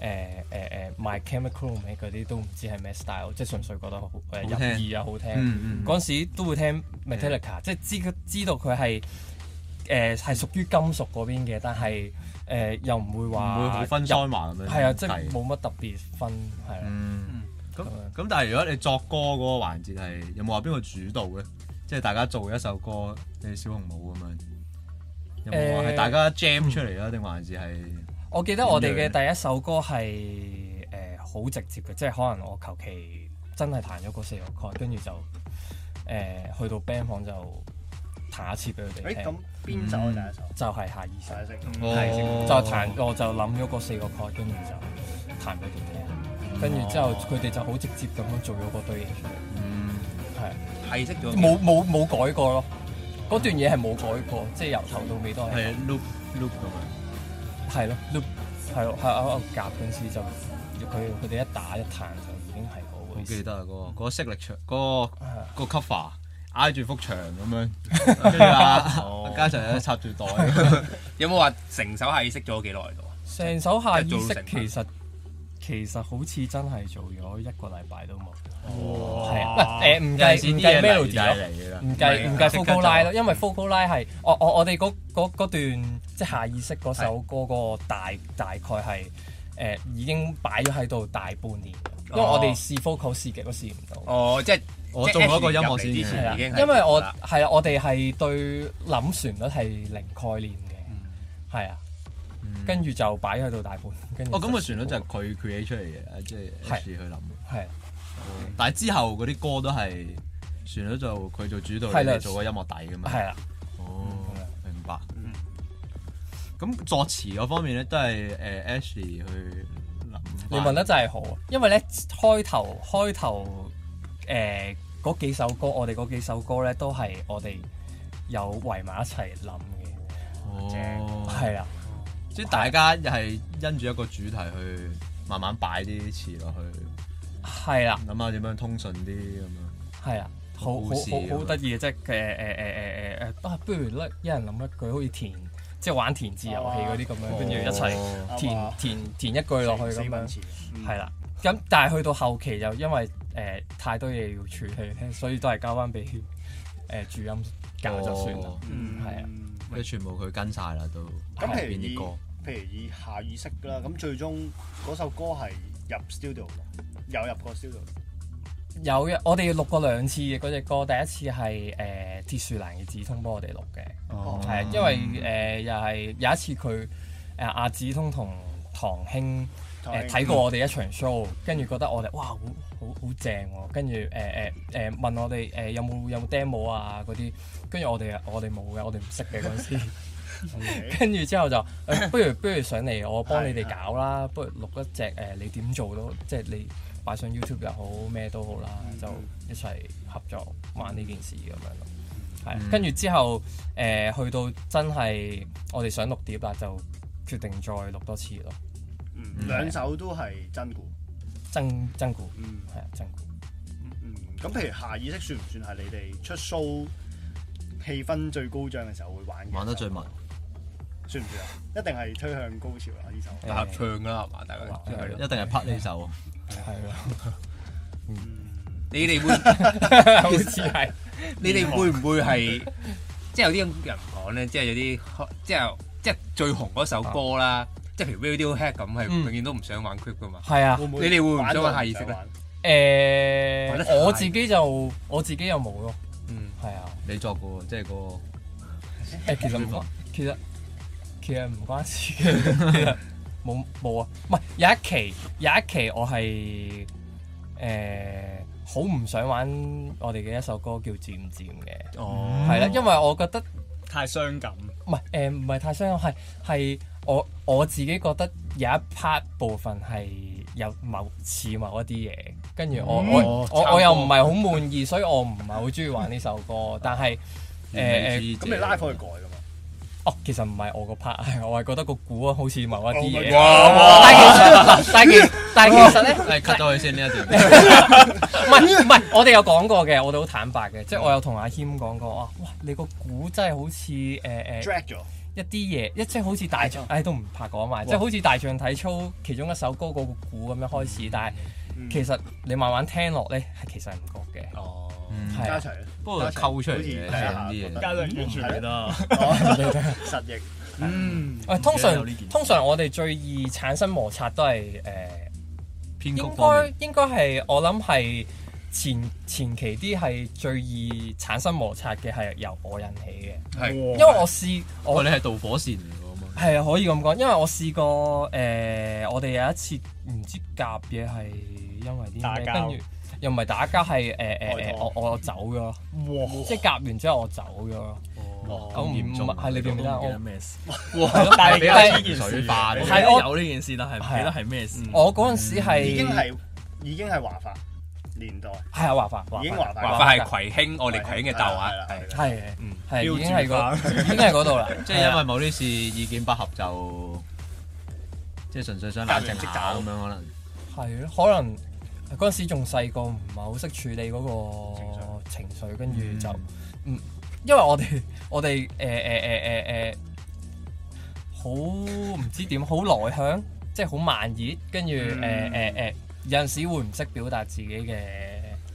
[SPEAKER 5] 誒誒 My Chemical Romance 嗰啲都唔知係咩 style，即係純粹覺得好誒
[SPEAKER 1] 好聽
[SPEAKER 5] 入耳啊，好聽。
[SPEAKER 1] 嗯嗯，
[SPEAKER 5] 嗰陣時都會聽 Metallica，即係知佢知道佢係誒係屬於金屬嗰邊嘅，但係誒、呃又唔會話
[SPEAKER 1] 唔會好分
[SPEAKER 5] 入
[SPEAKER 1] 開埋咁樣。
[SPEAKER 5] 係啊，即係
[SPEAKER 1] 係
[SPEAKER 5] 冇乜特別分係啊啦。
[SPEAKER 1] 嗯，咁
[SPEAKER 5] 咁樣
[SPEAKER 1] 咁但係如果你作歌嗰個環節係有冇話邊個主導咧？即係大家做一首歌，你小紅帽咁樣，有冇話係
[SPEAKER 5] 誒
[SPEAKER 1] 大家 jam 出嚟啊？定還是係
[SPEAKER 5] 我記得我哋嘅
[SPEAKER 1] 點樣
[SPEAKER 5] 第一首歌係誒好直接嘅，即係可能我求其真係彈咗嗰四個 chord，跟住就誒、呃去到 band 房就彈一次俾佢哋
[SPEAKER 2] 誒
[SPEAKER 5] 聽，
[SPEAKER 2] 咁邊首啊第一首？
[SPEAKER 5] 就係下意識，
[SPEAKER 2] 第一首。
[SPEAKER 5] 就彈我就諗咗嗰四個 chord，跟住就彈俾佢哋聽，
[SPEAKER 1] 哦
[SPEAKER 5] 跟住之後佢哋就好直接咁樣做咗嗰堆嘢出嚟，
[SPEAKER 1] 嗯
[SPEAKER 5] 係。
[SPEAKER 3] 係識咗
[SPEAKER 5] 冇冇冇改過咯。嗰段嘢係冇改過，即係由頭到尾都係
[SPEAKER 1] 係 loop loop 咁
[SPEAKER 5] 係咯，loop 係咯，係我夾嗰陣時就佢佢哋一打一彈就已經係嗰
[SPEAKER 1] 樣？好
[SPEAKER 5] 回
[SPEAKER 1] 記
[SPEAKER 5] 事。
[SPEAKER 1] 得啊，嗰個嗰個色力牆嗰個
[SPEAKER 5] 啊
[SPEAKER 1] 個 cover 挨住幅牆咁樣，跟住啊
[SPEAKER 3] 哦
[SPEAKER 1] 家陣咧插住袋，
[SPEAKER 3] 有冇話成首係識咗幾耐度啊？
[SPEAKER 5] 成首下意
[SPEAKER 3] 即係做
[SPEAKER 5] 識
[SPEAKER 3] 成
[SPEAKER 5] 其實其實好似真係做咗一個禮拜都冇，係啊，
[SPEAKER 4] 哇！
[SPEAKER 5] 誒唔
[SPEAKER 1] 有陣時
[SPEAKER 5] 計唔
[SPEAKER 1] 啲
[SPEAKER 5] 計
[SPEAKER 1] 嘢嚟
[SPEAKER 5] melody
[SPEAKER 1] 就
[SPEAKER 5] 咯
[SPEAKER 1] 係。嚟㗎啦。
[SPEAKER 5] 唔計
[SPEAKER 3] 唔係
[SPEAKER 5] 唔計
[SPEAKER 1] 即刻
[SPEAKER 5] Focal Line
[SPEAKER 1] 就
[SPEAKER 5] 咯，因為 Focal Line 係我我我哋嗰嗰嗰段即係下意識嗰首歌嗰個大大概係誒、呃已經擺咗喺度大半年，因為
[SPEAKER 3] 哦
[SPEAKER 5] 我哋試 Focal 試極都試唔到。
[SPEAKER 3] 哦，即係
[SPEAKER 1] 我
[SPEAKER 3] 即係
[SPEAKER 1] 做咗個
[SPEAKER 3] Ashley
[SPEAKER 1] 音樂
[SPEAKER 3] 入嚟之
[SPEAKER 1] 先
[SPEAKER 5] 係
[SPEAKER 3] 前
[SPEAKER 5] 啦，
[SPEAKER 3] 已經係
[SPEAKER 5] 因為
[SPEAKER 3] 做
[SPEAKER 5] 我
[SPEAKER 3] 啦
[SPEAKER 5] 係啦，我哋係對諗旋律係零概念嘅，係啊，跟住就擺喺度大半年。跟住
[SPEAKER 1] 哦，咁個
[SPEAKER 5] 就
[SPEAKER 1] 旋律就係佢 create 出嚟嘅，即係
[SPEAKER 5] 係
[SPEAKER 1] H 去諗。
[SPEAKER 5] 係
[SPEAKER 1] 但係之後嗰啲歌都係旋律就佢做主導，
[SPEAKER 5] 係啦
[SPEAKER 1] 你哋做個音樂底㗎嘛。
[SPEAKER 5] 係啊啦，
[SPEAKER 1] 哦，明白
[SPEAKER 2] 嗯。
[SPEAKER 1] 咁作詞嗰方面咧，都係誒 Ashley 去諗。
[SPEAKER 5] 你問得真係好，因為咧開頭開頭誒嗰幾首歌，我哋嗰幾首歌咧都係我哋有圍埋一齊諗嘅，
[SPEAKER 1] 哦，
[SPEAKER 5] 係啦，
[SPEAKER 1] 即係大家又係因住一個主題去慢慢擺啲詞落去，
[SPEAKER 5] 係啦，
[SPEAKER 1] 諗下點樣通順啲咁樣。
[SPEAKER 5] 係啦。好好
[SPEAKER 1] 故事咁
[SPEAKER 5] 好
[SPEAKER 1] 樣
[SPEAKER 5] 好得意嘅，即係誒誒誒誒誒啊！不如咧，一人諗一句，好似填即係玩填字遊戲嗰啲咁樣，跟住一齊
[SPEAKER 1] 哦
[SPEAKER 5] 填填填一句落去
[SPEAKER 2] 啊四
[SPEAKER 5] 咁
[SPEAKER 2] 文嗯
[SPEAKER 5] 樣。
[SPEAKER 2] 詞。
[SPEAKER 5] 係啦。咁但係去到後期就因為誒、呃太多嘢要處理咧，所以都係交翻俾誒主音教就算啦
[SPEAKER 1] 哦。
[SPEAKER 2] 嗯
[SPEAKER 5] 係啊。
[SPEAKER 1] 即係全部佢跟晒啦，都
[SPEAKER 2] 咁譬如
[SPEAKER 1] 邊
[SPEAKER 2] 以
[SPEAKER 1] 啲歌？
[SPEAKER 2] 譬如以下意識啦，咁最終嗰首歌係入 studio 嘅有入過 studio 嘅。
[SPEAKER 5] 有嘅，我哋錄過兩次嘅嗰只歌，第一次係誒、呃、鐵樹蘭嘅子通幫我哋錄嘅，
[SPEAKER 2] 哦
[SPEAKER 5] 係、啊，因為誒、呃又係有一次佢誒阿子通同唐興。誒
[SPEAKER 2] ừ,
[SPEAKER 5] 睇過我哋一場 show，跟住覺得我哋哇好好好正喎，跟住誒誒誒問我哋誒、有冇有冇 demo 啊嗰啲，跟住我哋我哋冇嘅，我哋唔識嘅嗰陣時，跟住之後就、誒不如不如上嚟我幫你哋搞啦，不如錄一隻誒、你點做都即係你擺上 YouTube 又好咩都好啦，就一齊合作玩呢件事咁樣咯。係，跟住之後誒、去到真係我哋想錄碟啦，就決定再錄多次咯，
[SPEAKER 2] 嗯兩首都係真鼓。
[SPEAKER 5] 真真鼓。
[SPEAKER 2] 嗯
[SPEAKER 5] 係啊，真鼓。
[SPEAKER 2] 嗯，咁譬如下意識算唔算係你哋出 show 氣氛最高漲嘅時候會玩嘅？
[SPEAKER 1] 玩得最密。
[SPEAKER 2] 算唔算啊？一定係推向高潮啦！呢首。
[SPEAKER 3] 大合唱㗎啦，係嘛？
[SPEAKER 5] 啊
[SPEAKER 3] 大家都係咯
[SPEAKER 1] 一定係 part 呢首。啊
[SPEAKER 5] 係咯，
[SPEAKER 1] 嗯
[SPEAKER 3] 你哋會
[SPEAKER 5] 好似係
[SPEAKER 3] 你哋會唔會係即係有啲人講咧，即係有啲即係即係最紅嗰首歌啦，即係譬如 Radiohead 咁，係
[SPEAKER 5] 嗯
[SPEAKER 3] 永遠都唔想玩 clip 噶嘛。
[SPEAKER 5] 係啊
[SPEAKER 2] 會，唔
[SPEAKER 3] 你
[SPEAKER 2] 嗯會
[SPEAKER 3] 哋會唔
[SPEAKER 2] 玩
[SPEAKER 3] 想
[SPEAKER 2] 到
[SPEAKER 3] 玩
[SPEAKER 2] 唔
[SPEAKER 3] 下意識
[SPEAKER 2] 想
[SPEAKER 3] 咧
[SPEAKER 2] 玩
[SPEAKER 3] 玩得
[SPEAKER 5] 誒
[SPEAKER 3] 太
[SPEAKER 5] 我自己就我自己又冇咯，
[SPEAKER 3] 嗯，
[SPEAKER 5] 係啊。
[SPEAKER 1] 你作過喎，即係嗰
[SPEAKER 5] 誒， 其實唔關，其實其實唔關事 嘅，其實冇冇啊，唔係有一期有一期我係誒好唔想玩我哋嘅一首歌叫《漸漸》嘅，
[SPEAKER 3] 哦，
[SPEAKER 5] 係啦，因為我覺得
[SPEAKER 4] 太傷感。
[SPEAKER 5] 唔係誒唔係太傷感，係係我我自己覺得有一 part 部分係有某似某一啲嘢，跟住我、我
[SPEAKER 3] 哦
[SPEAKER 5] 我
[SPEAKER 3] 抄
[SPEAKER 5] 我又
[SPEAKER 3] 歌
[SPEAKER 5] 唔係好滿意，所以我唔係好中意玩呢首歌，但係
[SPEAKER 3] 嗯
[SPEAKER 5] 誒
[SPEAKER 1] 誒
[SPEAKER 5] 誒。
[SPEAKER 2] 咁你拉佢去改噶嘛？
[SPEAKER 5] 哦，其實唔係我個 part，係我係覺得個鼓啊好似某一啲嘢。
[SPEAKER 3] 哇哇！
[SPEAKER 5] 但係其實，但係其但係其實 咧，
[SPEAKER 1] 誒 cut 咗佢先呢一段，
[SPEAKER 5] 唔係唔係，我哋有講過嘅，我哋好坦白嘅，即係我有同阿軒講過，哇，哇，你個鼓真係好似誒誒
[SPEAKER 2] drag 咗，
[SPEAKER 5] 一啲嘢，一即係好似大象，唉都唔怕講埋，即係好似大象體操其中一首歌嗰個鼓咁樣開始，但係
[SPEAKER 2] 嗯
[SPEAKER 5] 其實你慢慢聽落咧，係其實係唔覺嘅，
[SPEAKER 3] 哦，
[SPEAKER 1] 嗯
[SPEAKER 5] 係
[SPEAKER 2] 加
[SPEAKER 5] 啊
[SPEAKER 2] 齊啦
[SPEAKER 1] 不過溝出嚟嘅
[SPEAKER 2] 係
[SPEAKER 1] 成
[SPEAKER 2] 啊
[SPEAKER 1] 啲嘢。
[SPEAKER 4] 家長完全唔記得，
[SPEAKER 2] 哦實益，嗯，
[SPEAKER 5] 喂通
[SPEAKER 1] 有呢件
[SPEAKER 5] 常通常我哋最易產生摩擦都係誒。呃
[SPEAKER 1] 編
[SPEAKER 5] 應
[SPEAKER 1] 曲方
[SPEAKER 5] 該
[SPEAKER 1] 面，
[SPEAKER 5] 應該係我諗係前前期啲係最易產生摩擦嘅係由我引起嘅，
[SPEAKER 3] 係
[SPEAKER 4] 因
[SPEAKER 5] 因為我試
[SPEAKER 1] 我
[SPEAKER 5] 我
[SPEAKER 1] 哋係導火線嚟㗎嘛。
[SPEAKER 5] 係啊可以咁講，因為我試過誒、呃我哋有一次唔知夾嘢係因為啲
[SPEAKER 4] 打
[SPEAKER 5] 咩，
[SPEAKER 4] 交
[SPEAKER 5] 跟住又唔係打交係誒誒誒，我我走咗咯，
[SPEAKER 4] 哇，
[SPEAKER 5] 即係夾完之後我走咗咯，
[SPEAKER 1] 咁
[SPEAKER 2] 哦
[SPEAKER 5] 我唔
[SPEAKER 1] 嚴重啊
[SPEAKER 5] 係你記唔記得我？
[SPEAKER 6] 咩事？
[SPEAKER 4] 但係你記得呢件
[SPEAKER 1] 水
[SPEAKER 4] 事
[SPEAKER 1] 化
[SPEAKER 4] 你
[SPEAKER 1] 咗
[SPEAKER 4] 記
[SPEAKER 5] 係
[SPEAKER 4] 得
[SPEAKER 5] 我
[SPEAKER 6] 有呢件事，但係唔
[SPEAKER 3] 啊
[SPEAKER 6] 記得係咩
[SPEAKER 3] 嗯
[SPEAKER 6] 事。
[SPEAKER 5] 我嗰陣時係
[SPEAKER 2] 已經係已經係華法年代，
[SPEAKER 5] 係啊華發華
[SPEAKER 2] 已經
[SPEAKER 5] 發
[SPEAKER 2] 華法
[SPEAKER 3] 話
[SPEAKER 2] 啦，
[SPEAKER 3] 法係葵興，我哋葵興嘅鬥啊
[SPEAKER 2] 係啦，係啦係
[SPEAKER 3] 係
[SPEAKER 2] 啦
[SPEAKER 5] 係嘅
[SPEAKER 3] 嗯
[SPEAKER 5] 係已經係
[SPEAKER 4] 標
[SPEAKER 5] 嗰已經係嗰度啦，
[SPEAKER 1] 即係因為某啲事意見不合就，即係純粹想冷靜下咁樣可能。
[SPEAKER 5] 係咯，可能嗰陣時仲細個，唔係好識處理嗰個情緒，跟住就嗯，因為我哋 我哋呃誒誒誒誒誒，呃好唔知點，好內向，即係好慢熱，跟住誒誒誒，有陣時會唔識表達自己嘅。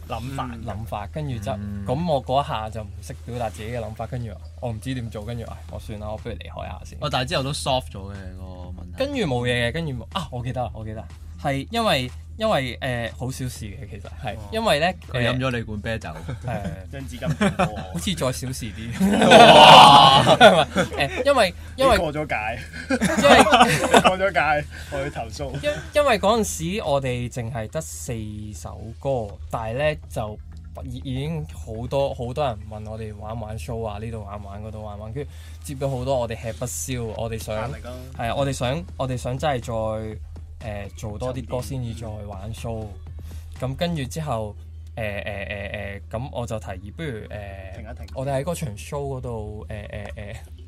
[SPEAKER 4] 諗法
[SPEAKER 5] 諗法，跟住就咁、
[SPEAKER 1] 嗯
[SPEAKER 5] 我嗰一下就唔識表達自己嘅諗法，跟住我唔知點做，跟住唉，我算啦，我不如離開下先。
[SPEAKER 1] 我哦但係之後都 soft 咗嘅個問題
[SPEAKER 5] 跟。住冇嘢嘅，跟住冇啊！我記得啦，我記得啦，係因為因為誒好小事嘅，其實係因為咧
[SPEAKER 1] 哦佢飲咗你罐啤酒，
[SPEAKER 5] 誒，
[SPEAKER 2] 張紙巾掂過
[SPEAKER 5] 好
[SPEAKER 2] 我
[SPEAKER 5] 似再小事 啲，誒，因為因為
[SPEAKER 2] 已經過咗界，
[SPEAKER 5] 因為
[SPEAKER 2] 過咗界， 我去投訴。
[SPEAKER 5] 因因為嗰陣時我哋淨係得四首歌，但係咧就已已經好多好多人問我哋玩唔玩 show 啊，呢度玩唔玩，嗰度玩唔玩，跟住接咗好多我哋吃不消，我哋
[SPEAKER 2] 壓
[SPEAKER 5] 想。
[SPEAKER 2] 力咯，
[SPEAKER 5] 係啊，我哋想我哋想真係再誒、呃做多啲歌先至再玩 show。咁跟住之後呃誒誒誒誒，咁、我就提議不如誒、呃
[SPEAKER 2] 停一停
[SPEAKER 5] 我哋喺嗰場 show 嗰度誒誒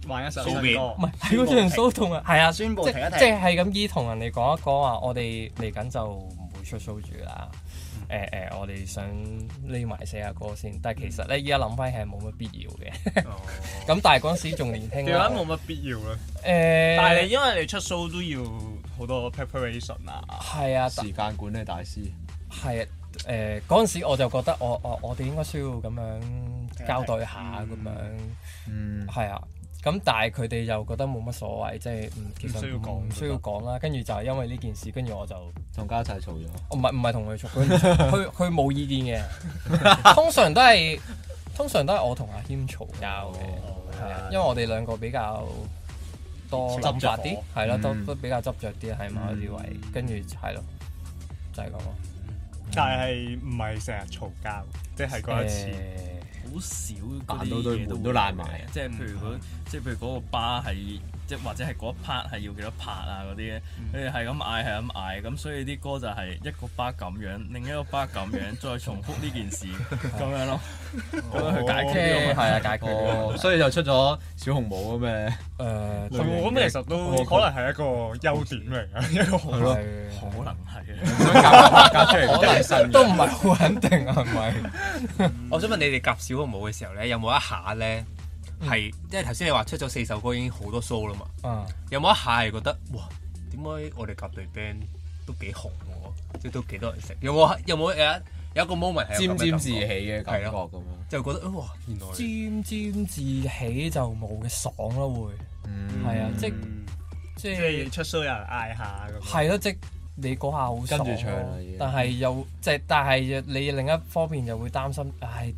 [SPEAKER 5] 誒，
[SPEAKER 4] 玩一首
[SPEAKER 3] 蘇
[SPEAKER 4] 新
[SPEAKER 3] 聯
[SPEAKER 4] 歌
[SPEAKER 5] 唔。係喺嗰場 show 同啊，係啊，
[SPEAKER 2] 宣布
[SPEAKER 5] 即
[SPEAKER 2] 停一停
[SPEAKER 5] 即係咁依同人哋講一講話，我哋嚟緊就唔會出 show 住啦。誒誒、呃我哋想匿埋寫下歌先，但係
[SPEAKER 2] 嗯
[SPEAKER 5] 其實咧，依家諗翻係冇乜必要嘅。
[SPEAKER 2] 哦
[SPEAKER 5] 咁但係嗰陣時仲年輕啊呃
[SPEAKER 4] 調
[SPEAKER 5] 啦
[SPEAKER 4] 翻，冇乜必要啦，
[SPEAKER 5] 誒，但
[SPEAKER 4] 但係你因為你出 show 都要好多 preparation 啊，
[SPEAKER 5] 係啊，
[SPEAKER 1] 時間管理大師。
[SPEAKER 5] 係誒嗰陣時我就覺得我我我哋應該需要咁樣交代下咁樣，
[SPEAKER 1] 嗯，
[SPEAKER 5] 係啊。咁但係佢哋又覺得冇乜所謂，即係嗯其實
[SPEAKER 4] 唔需要講
[SPEAKER 5] 唔需要講啦。跟住就係因為呢件事，跟住我就唔
[SPEAKER 1] 同家一齊嘈咗。
[SPEAKER 5] 係唔係同佢嘈，佢唔嘈佢佢冇意見嘅。通常都係通常都係我同阿軒嘈交
[SPEAKER 2] 哦
[SPEAKER 5] 嘅，係啊，因為我哋兩個比較多
[SPEAKER 2] 執
[SPEAKER 5] 諗
[SPEAKER 2] 着
[SPEAKER 5] 法啲
[SPEAKER 2] 火，
[SPEAKER 5] 係咯，都
[SPEAKER 1] 嗯
[SPEAKER 5] 都比較執着啲喺某一啲位，跟住係咯，就係咁咯。
[SPEAKER 4] 但係唔係成日嘈交，即係嗰一次。
[SPEAKER 5] 誒
[SPEAKER 6] 好少嗰
[SPEAKER 1] 彈
[SPEAKER 6] 啲
[SPEAKER 1] 到對
[SPEAKER 6] 嘢
[SPEAKER 1] 門
[SPEAKER 6] 會
[SPEAKER 1] 都
[SPEAKER 6] 有
[SPEAKER 1] 爛
[SPEAKER 6] 嘅
[SPEAKER 3] 啊
[SPEAKER 1] 埋
[SPEAKER 6] 即係譬如嗰即係譬如嗰個巴係即係或者係嗰一 part 係要幾多拍啊嗰啲咧，你哋係咁嗌係咁嗌，咁所以啲歌就係一個巴咁樣，另一個巴咁樣，再重複呢件事咁樣咯，咁樣去解決呢個問題。
[SPEAKER 5] 係啊，解決呢
[SPEAKER 1] 哦，所以就出咗小紅帽咁嘅。
[SPEAKER 5] 個誒
[SPEAKER 4] 咁哦咁其實都可能係一個優點嚟嘅，一個好
[SPEAKER 5] 係咯，
[SPEAKER 6] 可能係
[SPEAKER 3] 嗯
[SPEAKER 6] 啊。
[SPEAKER 5] 可
[SPEAKER 1] 啊
[SPEAKER 5] 能都唔係好肯定啊係咪？
[SPEAKER 3] 我想問你哋夾小紅帽嘅時候咧，有冇一下咧
[SPEAKER 6] 嗯
[SPEAKER 3] 係即係頭先你話出咗四首歌已經好多 show 啦嘛？
[SPEAKER 5] 啊，
[SPEAKER 3] 有冇一下係覺得哇？點解我哋夾隊 band 都幾紅喎？即係都幾多人識？有冇有冇有一有一個 moment 係有
[SPEAKER 1] 沾
[SPEAKER 3] 咁嘅
[SPEAKER 1] 沾
[SPEAKER 3] 感
[SPEAKER 1] 自喜
[SPEAKER 3] 覺，
[SPEAKER 1] 啊嘅感覺
[SPEAKER 3] 係咯
[SPEAKER 1] 咁樣。
[SPEAKER 3] 就覺得哇，原來
[SPEAKER 5] 沾沾自喜就冇嘅爽咯，會
[SPEAKER 1] 嗯，
[SPEAKER 5] 係啊，即
[SPEAKER 2] 嗯
[SPEAKER 5] 即
[SPEAKER 4] 即係出 show 有人嗌下咁樣。
[SPEAKER 5] 係咯，即你嗰下好爽咯
[SPEAKER 1] 跟住唱啦已經
[SPEAKER 5] 但係又即係但係你另一方面又會擔心，唉，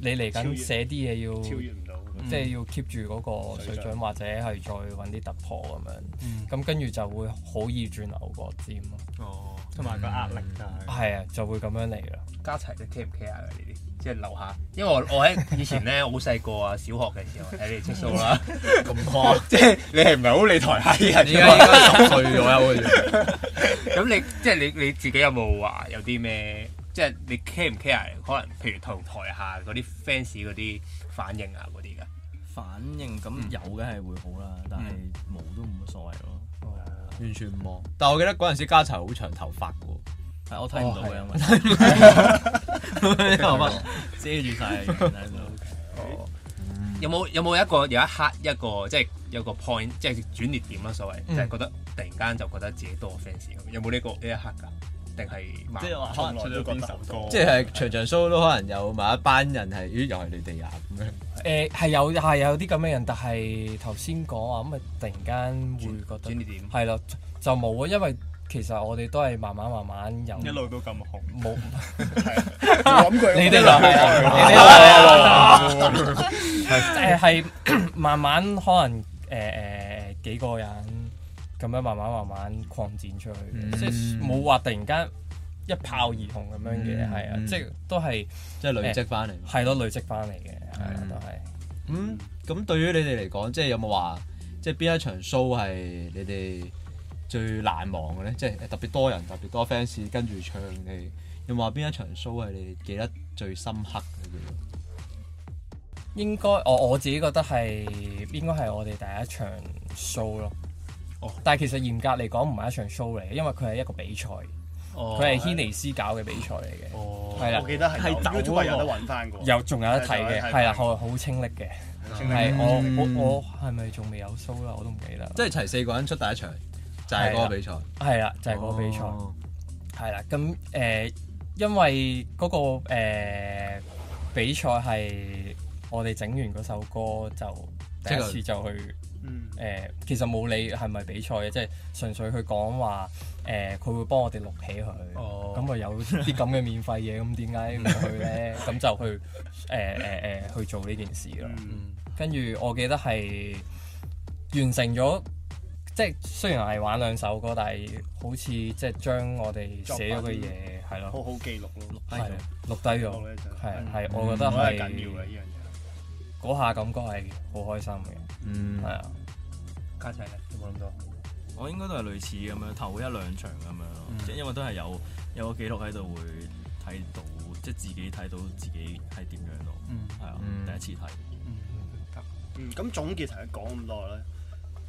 [SPEAKER 5] 你嚟
[SPEAKER 2] 超越
[SPEAKER 5] 緊寫啲嘢要
[SPEAKER 2] 超越唔到。
[SPEAKER 5] 即係要 keep 住嗰嗯個水
[SPEAKER 2] 水
[SPEAKER 5] 準，
[SPEAKER 2] 準
[SPEAKER 5] 或者係再揾啲突破咁
[SPEAKER 3] 嗯
[SPEAKER 5] 樣，咁跟住就會好易轉牛角尖咯。
[SPEAKER 4] 哦，同埋個壓力就係
[SPEAKER 5] 係啊，就會咁樣嚟啦。
[SPEAKER 3] 家齊你 care 唔 care 啊？呢啲即係樓下，因為我我喺以前咧，我好細個啊，小學嘅時候睇你哋出 show 啦，
[SPEAKER 1] 咁誇，
[SPEAKER 3] 即係你係唔係好理台 下啲人
[SPEAKER 1] 你
[SPEAKER 3] 㗎
[SPEAKER 1] 而
[SPEAKER 3] 嘛
[SPEAKER 1] 家應該十歲咗右好似。
[SPEAKER 3] 咁你即係你你自己有冇話有啲咩？即係你 care 唔 care？可能譬如同台下嗰啲 fans 嗰啲反應啊嗰啲㗎。
[SPEAKER 6] 反應咁有嘅係會好啦，但係
[SPEAKER 5] 嗯
[SPEAKER 6] 冇都冇乜所謂咯。
[SPEAKER 1] 完全唔望，但我記得嗰陣時家齊好長頭髮嘅
[SPEAKER 6] 係
[SPEAKER 5] 哦
[SPEAKER 6] 我睇唔到嘅，因為
[SPEAKER 5] 啊
[SPEAKER 1] 喎，頭髮
[SPEAKER 6] 遮住晒嘅樣睇唔到。
[SPEAKER 1] 嗯
[SPEAKER 3] 有冇有冇一個有一刻一個即係有個 point 即係轉捩點啦，啊所謂、就係覺得突然間就覺得自己多 fans 咁，有冇呢、個呢一刻㗎？定係慢
[SPEAKER 4] 即係話可能出咗邊首歌，
[SPEAKER 1] 即係場場 show 都可能有某一班人係，咦又係你哋啊咁樣。
[SPEAKER 5] 誒呃係有係有啲咁嘅人，但係頭先講話咁啊，突然間會覺
[SPEAKER 3] 轉捩
[SPEAKER 5] 得
[SPEAKER 3] 點？
[SPEAKER 5] 係咯，就冇啊，因為其實我哋都係慢慢慢慢
[SPEAKER 6] 嗯
[SPEAKER 5] 由
[SPEAKER 4] 一路都咁紅。
[SPEAKER 5] 冇
[SPEAKER 2] 我諗佢
[SPEAKER 5] 你哋就係啊，你哋誒係 慢慢可能誒誒幾個人咁樣慢慢慢慢擴展出去，
[SPEAKER 1] 嗯
[SPEAKER 5] 即係冇話突然間一炮而紅咁樣嘅，
[SPEAKER 1] 嗯
[SPEAKER 5] 係啊，
[SPEAKER 1] 嗯
[SPEAKER 5] 即係都係
[SPEAKER 1] 即係累積翻嚟。
[SPEAKER 5] 係咯累積翻嚟嘅，係啊
[SPEAKER 1] 嗯
[SPEAKER 5] 都係
[SPEAKER 1] 咁咁對於你哋嚟講，即係有冇話，即係邊一場 show 係你哋最難忘嘅咧？即係特別多人、特別多 fans 跟住唱你，有冇話邊一場 show 係你哋記得最深刻嘅？
[SPEAKER 5] 應該我我自己覺得係應該係我哋第一場 show 咯。
[SPEAKER 3] 哦
[SPEAKER 5] 但係其實嚴格嚟講唔係一場 show 嚟嘅，因為佢係一個比賽，
[SPEAKER 3] 哦
[SPEAKER 5] 佢係軒尼斯搞嘅比賽嚟嘅，
[SPEAKER 4] 哦
[SPEAKER 5] 係啦
[SPEAKER 2] 我記得係有
[SPEAKER 4] 係走
[SPEAKER 2] YouTube 係有
[SPEAKER 4] 嗰個
[SPEAKER 2] 得揾翻個，
[SPEAKER 5] 有仲有
[SPEAKER 2] 係
[SPEAKER 5] 得睇嘅，
[SPEAKER 2] 仲有得睇
[SPEAKER 5] 係啦，好好清晰嘅。係我我我係咪仲未有 show 啦？我都唔記得啦。
[SPEAKER 1] 即係齊四個人出第一場，就係嗰個比賽，
[SPEAKER 5] 係啦，就係嗰個比賽
[SPEAKER 1] 哦
[SPEAKER 5] 係啦。咁誒，因為嗰個誒比賽係我哋整完嗰首歌就第一次就去
[SPEAKER 2] 嗯
[SPEAKER 5] 誒，其實冇理係咪比賽嘅，即係純粹佢講話誒，佢會幫我哋錄起佢。
[SPEAKER 3] 哦
[SPEAKER 5] 咁啊有啲咁嘅免費嘢，咁點解唔去 咧？咁就去誒誒誒去做呢件事咯。
[SPEAKER 2] 嗯
[SPEAKER 5] 跟住我記得係完成咗，即係雖然係玩兩首歌，但係好似即係將我哋寫咗嘅嘢係
[SPEAKER 2] 好
[SPEAKER 5] 咯，
[SPEAKER 2] 好記錄咯，
[SPEAKER 5] 係錄低咗，
[SPEAKER 2] 錄低咗
[SPEAKER 5] 係
[SPEAKER 2] 嗯
[SPEAKER 5] 係，我覺
[SPEAKER 2] 我
[SPEAKER 5] 得
[SPEAKER 2] 覺得係緊要嘅
[SPEAKER 5] 係
[SPEAKER 2] 呢
[SPEAKER 5] 嗰下感覺係好開心嘅，
[SPEAKER 1] 嗯
[SPEAKER 5] 係，啊，
[SPEAKER 3] 家齊咧有冇諗到？
[SPEAKER 6] 我應該都係類似咁樣，頭一兩場咁樣咯，
[SPEAKER 1] 嗯
[SPEAKER 6] 即係因為都係有有個記錄喺度會睇到，即係自己睇到自己係點樣咯，係啊，
[SPEAKER 1] 嗯
[SPEAKER 6] 第一次睇。
[SPEAKER 2] 樣嘢。嗯，咁總結頭先講咁多咧，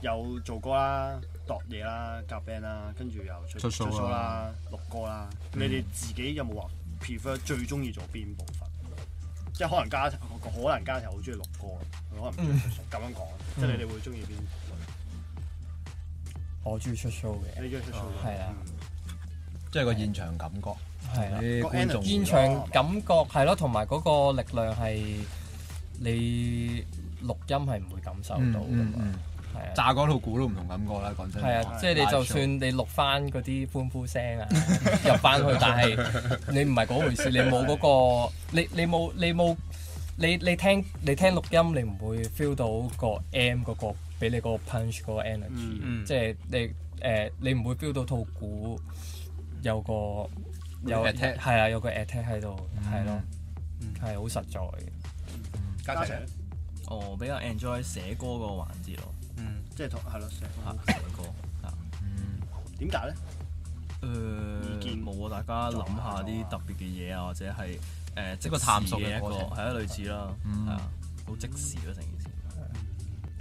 [SPEAKER 2] 有做歌啦、度嘢啦、夾 band 啦，跟住又出
[SPEAKER 1] 出 show 啦
[SPEAKER 2] 出啦、錄歌啦。
[SPEAKER 5] 嗯
[SPEAKER 2] 你哋自己有冇話 prefer 最中意做邊部分？即係可能家可能家庭好中意錄歌，佢可能唔中意出
[SPEAKER 5] 嗯
[SPEAKER 2] show 咁樣講。啊即係你哋會中意邊類？
[SPEAKER 5] 我中意出 show 嘅，
[SPEAKER 2] 你中意出 show 嘅
[SPEAKER 5] 係啊
[SPEAKER 2] 嗯
[SPEAKER 1] 即係個現場感覺，
[SPEAKER 5] 係啊啦，
[SPEAKER 1] 啲
[SPEAKER 2] 個
[SPEAKER 1] 觀眾
[SPEAKER 2] energy
[SPEAKER 5] 現場感覺係咯，同埋嗰個力量係你錄音係唔會感受到
[SPEAKER 1] 嗯
[SPEAKER 5] 㗎
[SPEAKER 1] 嗯
[SPEAKER 5] 嘛，
[SPEAKER 1] 嗯
[SPEAKER 5] 係啊。
[SPEAKER 1] 炸嗰套鼓都唔同感覺啦，講真。
[SPEAKER 5] 係啊，即係你
[SPEAKER 1] Live
[SPEAKER 5] 就
[SPEAKER 1] show
[SPEAKER 5] 算你錄翻嗰啲歡呼聲啊，入翻去，但係你唔係嗰回事，你冇嗰個，你你冇你冇你你聽你聽錄音，你唔會 feel 到個 M 嗰個俾你嗰個 punch 嗰個 energy，
[SPEAKER 3] 嗯
[SPEAKER 5] 即係你誒你唔會 feel 到套鼓有個有
[SPEAKER 1] 有 attack
[SPEAKER 5] 係啊有個 attack 喺度，係咯
[SPEAKER 3] 嗯，
[SPEAKER 5] 係好實在嘅。
[SPEAKER 3] 家齊
[SPEAKER 2] 家
[SPEAKER 3] 咧，
[SPEAKER 6] 我哦比較 enjoy 寫歌嗰個環節咯，
[SPEAKER 3] 嗯，
[SPEAKER 2] 即係同係咯，成
[SPEAKER 5] 啊
[SPEAKER 6] 嚇
[SPEAKER 2] 個
[SPEAKER 6] 寫歌嚇。
[SPEAKER 1] 嗯
[SPEAKER 2] 點解咧？意
[SPEAKER 6] 誒
[SPEAKER 2] 見
[SPEAKER 6] 冇啊！大家諗下啲特別嘅嘢啊，或者係誒即
[SPEAKER 1] 一個探索嘅
[SPEAKER 6] 時一個
[SPEAKER 1] 過程
[SPEAKER 6] 係啊，類似啦，
[SPEAKER 1] 嗯
[SPEAKER 6] 係啊，好即時咯成件事。
[SPEAKER 5] 嗯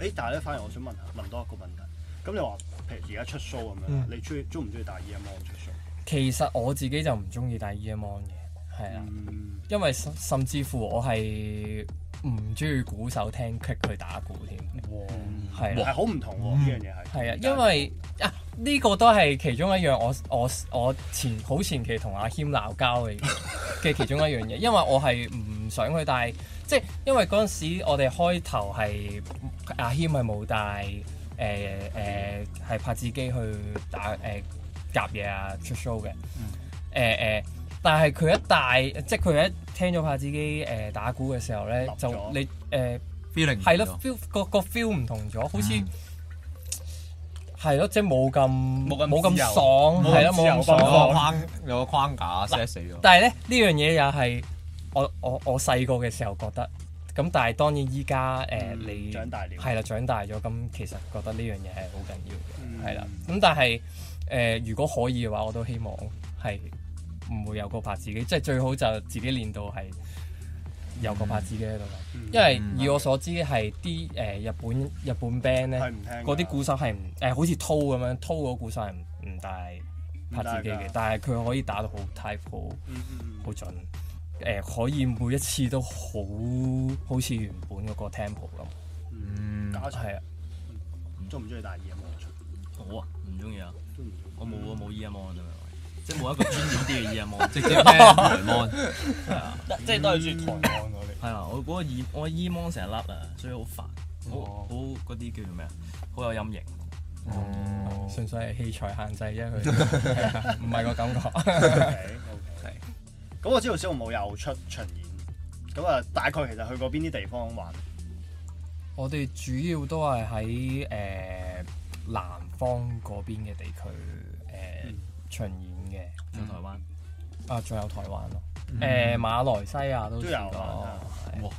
[SPEAKER 2] 誒，但係咧，反而我想問下，問多一個問題。咁你話，譬如而家出 show 咁樣，
[SPEAKER 5] 嗯
[SPEAKER 2] 你中意中唔中意戴啊 EMO 出 show？
[SPEAKER 5] 其實我自己就唔中意戴 earmon 嘅，係啊。
[SPEAKER 2] 嗯，
[SPEAKER 5] 因為甚甚至乎我係唔中意鼓手聽 kick 去打鼓添，
[SPEAKER 2] 哇，
[SPEAKER 5] 係
[SPEAKER 2] 哦係
[SPEAKER 5] 啊啦，
[SPEAKER 2] 嗯好唔同喎，呢樣嘢係。
[SPEAKER 5] 係啊，因為啊呢個都係其中一樣我我我前好前期同阿軒鬧交嘅嘅其中一樣嘢，因為我係唔想佢帶，即係因為嗰陣時我哋開頭係阿軒係冇帶誒誒係拍子機去打誒、呃夾嘢啊出 show 嘅，誒誒、呃但係佢一帶，即係佢一聽咗拍子機誒、呃打鼓嘅時候咧
[SPEAKER 2] 立，
[SPEAKER 5] 就
[SPEAKER 2] 咗
[SPEAKER 5] 你誒。呃
[SPEAKER 1] feeling
[SPEAKER 5] 係
[SPEAKER 1] 唔
[SPEAKER 5] 咯
[SPEAKER 1] 同
[SPEAKER 5] ，feel 個個 feel 唔同咗，好似
[SPEAKER 1] 嗯
[SPEAKER 5] 係咯，即係冇咁
[SPEAKER 4] 冇咁
[SPEAKER 5] 冇咁
[SPEAKER 4] 自由
[SPEAKER 5] 爽，
[SPEAKER 4] 冇咁
[SPEAKER 5] 係
[SPEAKER 1] 啊
[SPEAKER 5] 咯，
[SPEAKER 4] 自
[SPEAKER 5] 冇
[SPEAKER 4] 由
[SPEAKER 5] 咁
[SPEAKER 1] 有個
[SPEAKER 5] 爽。
[SPEAKER 1] 框有個框架 set 死咗，
[SPEAKER 5] 但係咧呢樣嘢又係我我我細個嘅時候覺得，咁但係當然依家誒
[SPEAKER 2] 嗯
[SPEAKER 5] 你
[SPEAKER 2] 長大了
[SPEAKER 5] 係啦，長大咗咁其實覺得呢樣嘢係好緊
[SPEAKER 2] 嗯
[SPEAKER 5] 要嘅，係啦。咁但係誒如果可以嘅話，我都希望係唔會有個拍子機，即係最好就自己練到係有個拍子機喺度啦。
[SPEAKER 2] 嗯
[SPEAKER 5] 因為以我所知係啲誒日本日本 band 咧
[SPEAKER 2] 係，唔聽㗎
[SPEAKER 5] 嗰啲鼓手係唔誒好似濤咁樣，濤嗰鼓手係唔唔帶拍子機
[SPEAKER 2] 唔帶
[SPEAKER 5] 嘅
[SPEAKER 2] 㗎，
[SPEAKER 5] 但係佢可以打到好 type 好
[SPEAKER 2] 嗯嗯嗯
[SPEAKER 5] 好準，誒、可以每一次都好好似原本嗰個 tempo 咁，
[SPEAKER 1] 嗯，
[SPEAKER 2] 搞錯
[SPEAKER 5] 係啊，
[SPEAKER 2] 中唔 中意大二啊？冇錯
[SPEAKER 6] 我啊唔中意啊，
[SPEAKER 2] 中意
[SPEAKER 6] 我冇啊冇 ear mon 啊，即係冇一個專業啲嘅 E ear mon，
[SPEAKER 1] 直接 聽台 mon，
[SPEAKER 6] 即係都係
[SPEAKER 4] 台灣我
[SPEAKER 6] 係啊，我嗰個耳我 ear mon 成日甩啊，所以好煩，好
[SPEAKER 4] 哦
[SPEAKER 6] 好嗰啲叫做咩啊，好有陰影。
[SPEAKER 5] 純粹係器材限制啫，佢係啊 唔係個感覺。
[SPEAKER 2] ，OK OK。咁我知道小紅帽有出巡演，咁啊大概其實去過邊啲地方玩？
[SPEAKER 5] 我哋主要都係喺誒南方嗰邊嘅地區誒、巡演嘅。
[SPEAKER 6] 上台灣，
[SPEAKER 2] 嗯
[SPEAKER 5] 啊，仲有台灣咯，誒馬來西亞都
[SPEAKER 2] 都有
[SPEAKER 5] 試過
[SPEAKER 2] 馬來西，哦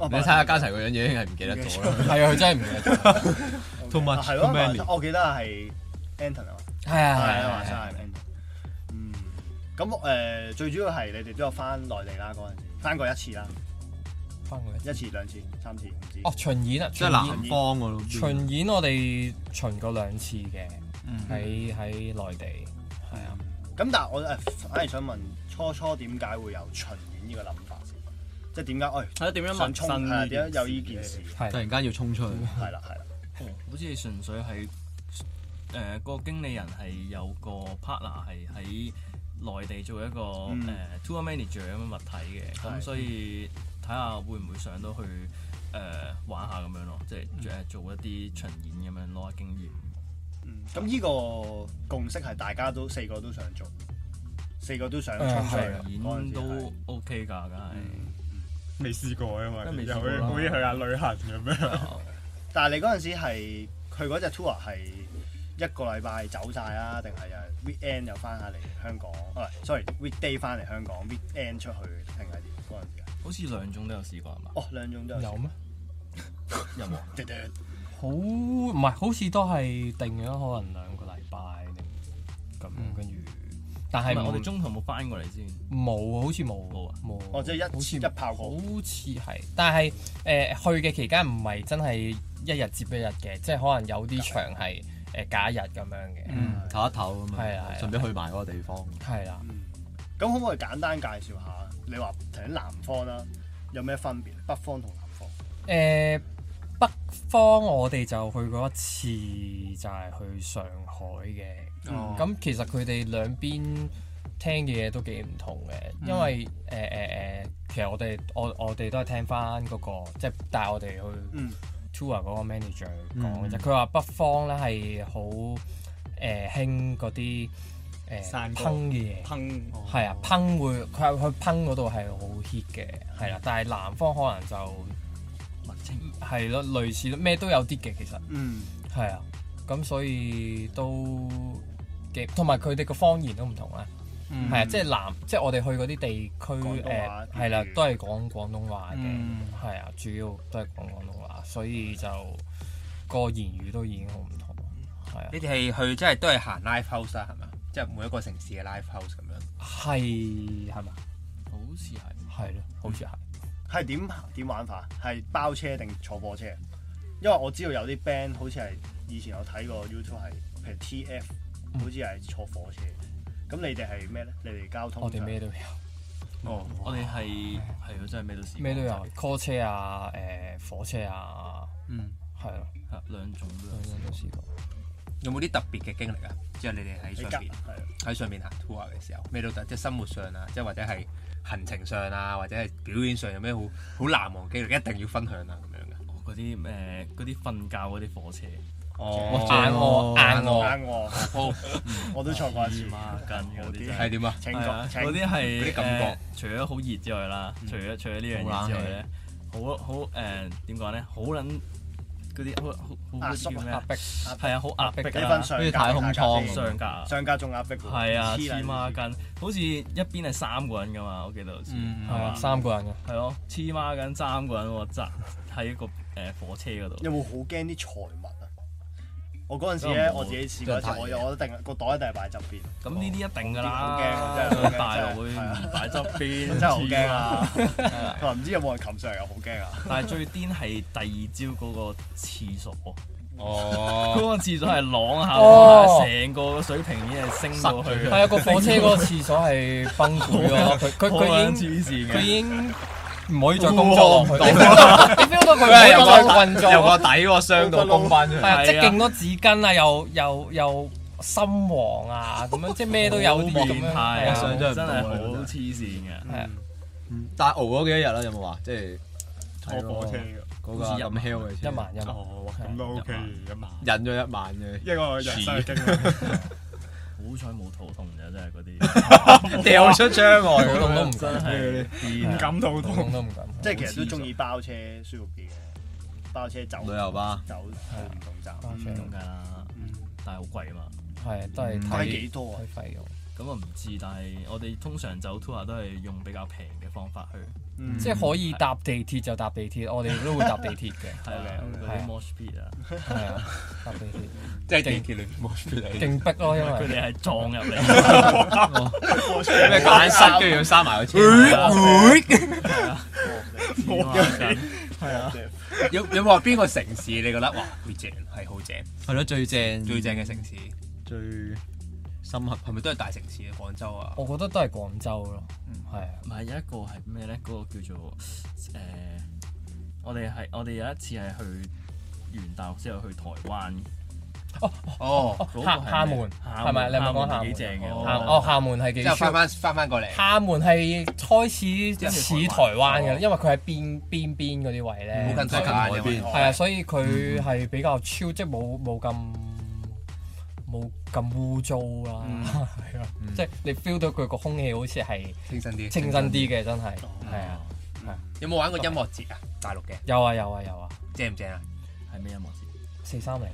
[SPEAKER 1] 你睇下嘉齊個樣嘢已經係唔記得咗啦。
[SPEAKER 5] 係啊，佢真係唔記得咗，
[SPEAKER 1] Too much,
[SPEAKER 2] 啊係咯
[SPEAKER 1] too
[SPEAKER 2] 馬來
[SPEAKER 1] many
[SPEAKER 2] 西亞，我記得係 Anton 啊嘛。
[SPEAKER 5] 係
[SPEAKER 2] 係
[SPEAKER 5] 啊係
[SPEAKER 2] 啊，
[SPEAKER 5] 啊
[SPEAKER 2] 華
[SPEAKER 5] 係
[SPEAKER 2] 山
[SPEAKER 5] 啊
[SPEAKER 2] 係 Anton。嗯，咁誒、呃最主要係你哋都有翻內地啦嗰陣時，翻過一次啦，
[SPEAKER 5] 翻過
[SPEAKER 2] 一次、兩次、三次唔知。
[SPEAKER 5] 哦，巡演啊，
[SPEAKER 1] 即係
[SPEAKER 5] 巡
[SPEAKER 1] 南
[SPEAKER 5] 演
[SPEAKER 1] 方嗰度。
[SPEAKER 5] 巡演我哋巡過兩次嘅，喺喺內地係啊，
[SPEAKER 2] 咁但係我誒呃反而想問，初初點解會有巡演呢個諗法先？即係點解？誒、
[SPEAKER 6] 係咯點樣
[SPEAKER 2] 想
[SPEAKER 6] 問
[SPEAKER 2] 衝
[SPEAKER 6] 新
[SPEAKER 2] 係啊
[SPEAKER 6] 呢
[SPEAKER 2] 點解有呢
[SPEAKER 6] 呢
[SPEAKER 2] 件事？？
[SPEAKER 5] 係
[SPEAKER 1] 突然間要衝出去，
[SPEAKER 2] 係啦，係啦。
[SPEAKER 6] 好似純粹係誒個經理人係有個 partner 係喺內地做一個誒
[SPEAKER 2] 嗯
[SPEAKER 6] tour manager 咁樣物體嘅，咁
[SPEAKER 2] 係
[SPEAKER 6] 所以睇下會唔會上到去誒玩下咁樣咯，即
[SPEAKER 5] 啊
[SPEAKER 6] 係誒做一啲巡演咁樣攞下經驗。
[SPEAKER 2] 嗯咁呢個共識係大家都四個都想做，四個都想衝出去
[SPEAKER 5] 誒
[SPEAKER 2] 嗰陣
[SPEAKER 6] 演
[SPEAKER 2] 時係啊
[SPEAKER 6] 都 OK 㗎，梗係
[SPEAKER 4] 未試過啊因
[SPEAKER 6] 真係
[SPEAKER 4] 為
[SPEAKER 6] 未
[SPEAKER 4] 又
[SPEAKER 6] 試過啦
[SPEAKER 4] 好似去下旅行咁樣。
[SPEAKER 2] 但係你嗰陣時係佢嗰只 tour 係一個禮拜走晒啦，定係又係 weekend 又翻下嚟香港？唔、s o r r y w e e k d a y 翻嚟香港，weekend 出去定係點嗰陣時啊？
[SPEAKER 6] 好似兩種都有試過係嘛？
[SPEAKER 2] 哦，兩種都有。
[SPEAKER 5] 有咩？
[SPEAKER 6] 有冇？
[SPEAKER 2] 滴滴
[SPEAKER 5] 好唔係，好似都係定咗可能兩個禮拜定咁樣，跟住但
[SPEAKER 6] 係
[SPEAKER 5] 係
[SPEAKER 6] 咪我哋
[SPEAKER 5] 唔
[SPEAKER 6] 中途冇翻過嚟先？
[SPEAKER 5] 冇，好似冇
[SPEAKER 6] 冇啊
[SPEAKER 5] 冇，
[SPEAKER 2] 哦即係一
[SPEAKER 5] 好似
[SPEAKER 2] 一炮過
[SPEAKER 5] 好似係，但係誒、呃去嘅期間唔係真係一日接一日嘅，即係可能有啲場係誒假日咁樣嘅，
[SPEAKER 1] 嗯，唞一唞咁
[SPEAKER 5] 係啊係
[SPEAKER 1] 啊
[SPEAKER 5] 啊，
[SPEAKER 1] 順便去埋嗰個地方。
[SPEAKER 5] 係啦、
[SPEAKER 2] 咁可唔可以簡單介紹下？你話睇南方啦，有咩分別？北方同南方。
[SPEAKER 5] 誒、呃北方我哋就去過一次，就係、去上海嘅。咁、
[SPEAKER 2] 哦
[SPEAKER 5] 其實佢哋兩邊聽嘅嘢都幾唔同嘅，因為誒誒誒，其實我哋我我哋都係聽翻嗰、個，即係帶我哋去。
[SPEAKER 2] 嗯
[SPEAKER 5] tour 嗰個 manager 講嘅啫，
[SPEAKER 1] 嗯
[SPEAKER 5] 佢話北方咧係好誒興嗰啲誒
[SPEAKER 4] 散歌
[SPEAKER 5] 烹嘅嘢，
[SPEAKER 4] 烹
[SPEAKER 5] 係啊，烹會佢話佢烹嗰度係好 hit 嘅，係
[SPEAKER 2] 嗯
[SPEAKER 5] 啦，但係南方可能就
[SPEAKER 6] 物清
[SPEAKER 5] 係咯，類似咩都有啲嘅其實
[SPEAKER 2] 嗯，
[SPEAKER 5] 係啊，咁所以都嘅，同埋佢哋個方言都唔同啦，
[SPEAKER 2] 嗯
[SPEAKER 5] 係啊，即係南即係我哋去嗰啲地
[SPEAKER 2] 廣
[SPEAKER 5] 區
[SPEAKER 2] 東話
[SPEAKER 5] 誒係啦
[SPEAKER 2] 粵語，
[SPEAKER 5] 都係講廣東話嘅。
[SPEAKER 4] 嗯
[SPEAKER 5] 係啊，主要都係講廣東話，所以就個言語都已經好唔同。係啊
[SPEAKER 3] 你，哋係去即係都係行 live house 啊啦，係嘛？即係每一個城市嘅 live house 咁樣。
[SPEAKER 5] 係係嘛？
[SPEAKER 6] 好似係。
[SPEAKER 2] 嗯
[SPEAKER 5] 係咯，好似係。
[SPEAKER 2] 係點點玩法？係包車定坐火車？因為我知道有啲 band 好似係以前有睇過 YouTube 係，譬如 TF
[SPEAKER 5] 嗯
[SPEAKER 2] 好似係坐火車。咁你哋係咩咧？你哋交通
[SPEAKER 5] 我哋
[SPEAKER 2] 上
[SPEAKER 5] 咩都有，
[SPEAKER 6] 哦，我哋係係啊，真係咩都試過，
[SPEAKER 5] 咩都有，call 車啊，誒火車啊，
[SPEAKER 3] 嗯，
[SPEAKER 5] 係咯，
[SPEAKER 6] 係兩種都有
[SPEAKER 5] 兩樣都
[SPEAKER 6] 試
[SPEAKER 5] 試過。
[SPEAKER 3] 有冇啲特別嘅經歷啊？即係你哋喺
[SPEAKER 2] 你
[SPEAKER 3] 上
[SPEAKER 2] 夾
[SPEAKER 3] 邊
[SPEAKER 2] 係啊
[SPEAKER 3] 喺上面行 tour 嘅時候，咩都得，即係生活上啊，即係或者係行程上啊，或者係表演上有咩好好難忘經歷，一定要分享啊咁樣嘅。
[SPEAKER 6] 哦嗰啲誒嗰啲瞓覺嗰啲火車，
[SPEAKER 3] 哦
[SPEAKER 5] 正喎
[SPEAKER 3] 硬卧
[SPEAKER 2] 啱我，
[SPEAKER 3] 鋪
[SPEAKER 2] 我都錯過一次。
[SPEAKER 6] 孖筋嗰啲真係
[SPEAKER 3] 係點啊？
[SPEAKER 2] 請
[SPEAKER 6] 係啊
[SPEAKER 2] 講，請
[SPEAKER 6] 嗰啲係
[SPEAKER 3] 嗰啲感覺嗯
[SPEAKER 6] 呃除咗好熱之外啦，除咗除咗呢樣嘢之外咧，好好誒點講咧？好撚嗰啲好好好
[SPEAKER 2] 壓
[SPEAKER 6] 好
[SPEAKER 2] 縮
[SPEAKER 6] 叫咩
[SPEAKER 5] 壓
[SPEAKER 6] 啊？
[SPEAKER 5] 迫
[SPEAKER 6] 係啊，好壓迫
[SPEAKER 2] 幾
[SPEAKER 6] 㗎，
[SPEAKER 2] 分上
[SPEAKER 1] 好似
[SPEAKER 2] 格
[SPEAKER 1] 太空艙
[SPEAKER 2] 下格
[SPEAKER 6] 上格啊
[SPEAKER 2] 先上格仲壓迫喎
[SPEAKER 6] 係啊，黐
[SPEAKER 2] 黐
[SPEAKER 6] 孖
[SPEAKER 2] 孖筋。
[SPEAKER 6] 筋，好似一邊係三個人㗎嘛，我記得好似
[SPEAKER 3] 嗯
[SPEAKER 5] 係啊，三個人嘅。
[SPEAKER 6] 係咯，黐孖緊三個人喎，扎喺個誒火車嗰 度。
[SPEAKER 2] 有冇好驚啲財物啊？我嗰陣時咧，
[SPEAKER 6] 都冇啊
[SPEAKER 2] 我自己試過一次，
[SPEAKER 1] 真係
[SPEAKER 2] 我我一定個袋一定係擺側邊，
[SPEAKER 6] 咁呢啲一定㗎
[SPEAKER 2] 好
[SPEAKER 6] 啦，
[SPEAKER 2] 驚真係好驚
[SPEAKER 6] 大陸會
[SPEAKER 2] 真係係啊
[SPEAKER 6] 唔擺側邊，
[SPEAKER 2] 真係好驚
[SPEAKER 6] 黐孖
[SPEAKER 2] 啊！同埋唔知有冇人擒上嚟，我好驚啊！
[SPEAKER 6] 但係最癲係第二朝嗰個廁所， 嗰、
[SPEAKER 3] 哦，
[SPEAKER 6] 個廁所係啷下
[SPEAKER 5] 哦
[SPEAKER 6] 啷下，成個水平面係升到去，
[SPEAKER 5] 係啊，個火車嗰個廁所係崩潰咯，佢佢佢
[SPEAKER 6] 經
[SPEAKER 5] 已經
[SPEAKER 6] 黐線
[SPEAKER 5] 佢
[SPEAKER 6] 嘅。
[SPEAKER 5] 已經唔可以再工作落去，你 feel 到你 feel 到佢唔
[SPEAKER 1] 佢係
[SPEAKER 5] 可以
[SPEAKER 1] 由
[SPEAKER 5] 再
[SPEAKER 1] 個
[SPEAKER 5] 運作
[SPEAKER 1] 由個底嗰個箱度供翻出
[SPEAKER 5] 係啊，
[SPEAKER 1] 嚟。
[SPEAKER 5] 即係勁多紙巾啊，又又又心黃啊，咁樣即係咩都有啲咁樣。
[SPEAKER 6] 變
[SPEAKER 5] 係
[SPEAKER 6] 態
[SPEAKER 5] 啊
[SPEAKER 6] 啊！
[SPEAKER 1] 想
[SPEAKER 6] 真
[SPEAKER 1] 像唔到
[SPEAKER 6] 係
[SPEAKER 1] 啊
[SPEAKER 6] 好黐線嘅，
[SPEAKER 5] 係啊
[SPEAKER 1] 但係熬咗幾多日啦？有冇話即係
[SPEAKER 4] 坐
[SPEAKER 1] 哦
[SPEAKER 4] 火車㗎。
[SPEAKER 1] 嗰個咁 hell 嘅
[SPEAKER 5] 一
[SPEAKER 1] 車
[SPEAKER 5] 萬一萬，
[SPEAKER 4] 哦，哇咁都 OK，一
[SPEAKER 6] 啊
[SPEAKER 4] 晚
[SPEAKER 1] 忍咗一晚嘅。
[SPEAKER 4] 一個人生嘅經歷。
[SPEAKER 6] 好彩冇肚痛啫，真係嗰
[SPEAKER 1] 掉出窗外
[SPEAKER 5] 肚痛都唔
[SPEAKER 6] 啲真
[SPEAKER 5] 敢，
[SPEAKER 6] 係
[SPEAKER 4] 唔
[SPEAKER 6] 癲啊
[SPEAKER 4] 感到
[SPEAKER 5] 肚
[SPEAKER 4] 痛
[SPEAKER 5] 痛，都唔敢。
[SPEAKER 2] 即係其實都中意包車舒服啲嘅，包車走
[SPEAKER 1] 旅遊巴
[SPEAKER 2] 走去唔同站，嗯
[SPEAKER 5] 包車
[SPEAKER 6] 咁㗎啦，
[SPEAKER 3] 嗯
[SPEAKER 6] 但係好貴啊嘛。
[SPEAKER 5] 係都係
[SPEAKER 2] 貴
[SPEAKER 5] 睇
[SPEAKER 2] 幾多啊
[SPEAKER 5] 睇？費用，
[SPEAKER 6] 咁我唔知，但係我哋通常走 tour 都係用比較平嘅方法去，
[SPEAKER 5] 即係可以搭地鐵就搭地 鐵，我哋都會搭地鐵嘅。
[SPEAKER 6] 係啊嗰
[SPEAKER 2] OK，OK
[SPEAKER 6] 啲 mosh pit 啊，
[SPEAKER 5] 係啊，搭地鐵。
[SPEAKER 3] 即係地鐵裏邊冇出嚟。
[SPEAKER 5] 勁逼咯，因
[SPEAKER 6] 佢
[SPEAKER 5] 為
[SPEAKER 6] 哋係撞入嚟，
[SPEAKER 1] 咩揀室，跟住要閂埋個
[SPEAKER 6] 啊
[SPEAKER 1] 車。
[SPEAKER 2] 係啊，
[SPEAKER 3] 有有冇話邊個城市你覺得哇佢正係好正
[SPEAKER 1] 係咯，最正
[SPEAKER 3] 最正嘅城市
[SPEAKER 1] 最深刻
[SPEAKER 3] 係咪都係大城市啊？廣州啊？
[SPEAKER 5] 我覺得都係廣州咯，
[SPEAKER 6] 嗯
[SPEAKER 5] 係啊，
[SPEAKER 6] 唔係有一個係咩咧？嗰、個叫做誒、呃我哋係我哋有一次係去完大陸之後去台灣，
[SPEAKER 3] 哦，
[SPEAKER 6] 嗰個
[SPEAKER 5] 廈
[SPEAKER 6] 係咩
[SPEAKER 5] 廈門係咪？你係咪講廈
[SPEAKER 6] 幾
[SPEAKER 5] 門
[SPEAKER 6] 正嘅？
[SPEAKER 5] 廈
[SPEAKER 6] 我覺得
[SPEAKER 5] 哦，廈門係幾
[SPEAKER 3] 之後翻
[SPEAKER 5] chill？
[SPEAKER 3] 翻翻翻過嚟。
[SPEAKER 5] 廈門係開始
[SPEAKER 6] 係
[SPEAKER 5] 似
[SPEAKER 6] 台灣
[SPEAKER 5] 台灣嘅
[SPEAKER 6] 哦，
[SPEAKER 5] 因為佢喺邊邊邊嗰啲位
[SPEAKER 3] 好
[SPEAKER 5] 咧，
[SPEAKER 3] 近台
[SPEAKER 1] 海
[SPEAKER 3] 灣
[SPEAKER 1] 邊
[SPEAKER 5] 係啊，所以佢係比較超，即係冇冇咁冇咁污糟啦，
[SPEAKER 6] 嗯
[SPEAKER 5] 係啊，即係你 feel 到佢個空氣好似係
[SPEAKER 3] 清新啲。哦
[SPEAKER 5] 清新啲嘅，真係係啊，
[SPEAKER 3] 有冇玩過音樂節啊？大陸嘅
[SPEAKER 5] 有啊有啊有啊，
[SPEAKER 3] 正唔正啊？
[SPEAKER 6] 係咩音樂
[SPEAKER 5] 四三零。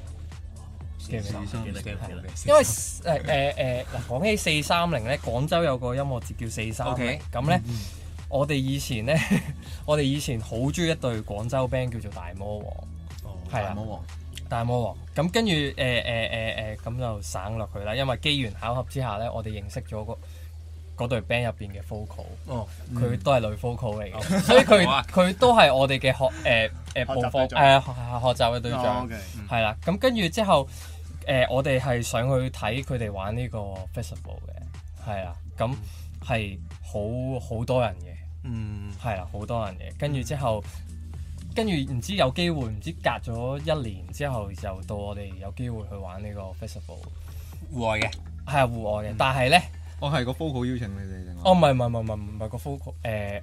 [SPEAKER 5] 記唔記得
[SPEAKER 6] 節？記得記得記得。
[SPEAKER 5] 因為誒誒誒嗱，講起四三零咧，廣州有個音樂節叫四三零
[SPEAKER 3] OK，嗯
[SPEAKER 5] 咁咧我哋以前咧， 我哋以前好中意一隊廣州 band 叫做大魔王，
[SPEAKER 3] 哦
[SPEAKER 5] 係啊啦、
[SPEAKER 1] 王
[SPEAKER 5] 大魔王。咁跟住誒誒誒誒，咁就省落佢啦，因為機緣巧合之下咧，我哋認識咗個。嗰隊 band 入邊嘅 vocal，
[SPEAKER 3] 哦，
[SPEAKER 5] 佢都係女 vocal 嚟嘅，所以佢
[SPEAKER 3] 好啊
[SPEAKER 5] 佢都係我哋嘅學誒誒
[SPEAKER 2] 學習
[SPEAKER 5] 模仿
[SPEAKER 2] 對象
[SPEAKER 5] 誒學學習嘅對象
[SPEAKER 2] 哦。，OK
[SPEAKER 5] 係啦，咁跟住之後，誒、我哋係想去睇佢哋玩呢個 festival 嘅，係啦，咁係好好多人嘅，
[SPEAKER 3] 嗯，
[SPEAKER 5] 係啦，好多人嘅，跟住之後，跟住唔知有機會，唔知隔咗一年之後，就到我哋有機會去玩呢個 festival，
[SPEAKER 3] 戶外嘅。
[SPEAKER 5] 係啊，戶外嘅，但係咧，
[SPEAKER 1] 我係個 focal 邀請你哋定
[SPEAKER 5] 哦，唔係唔係唔係唔係個 focal，誒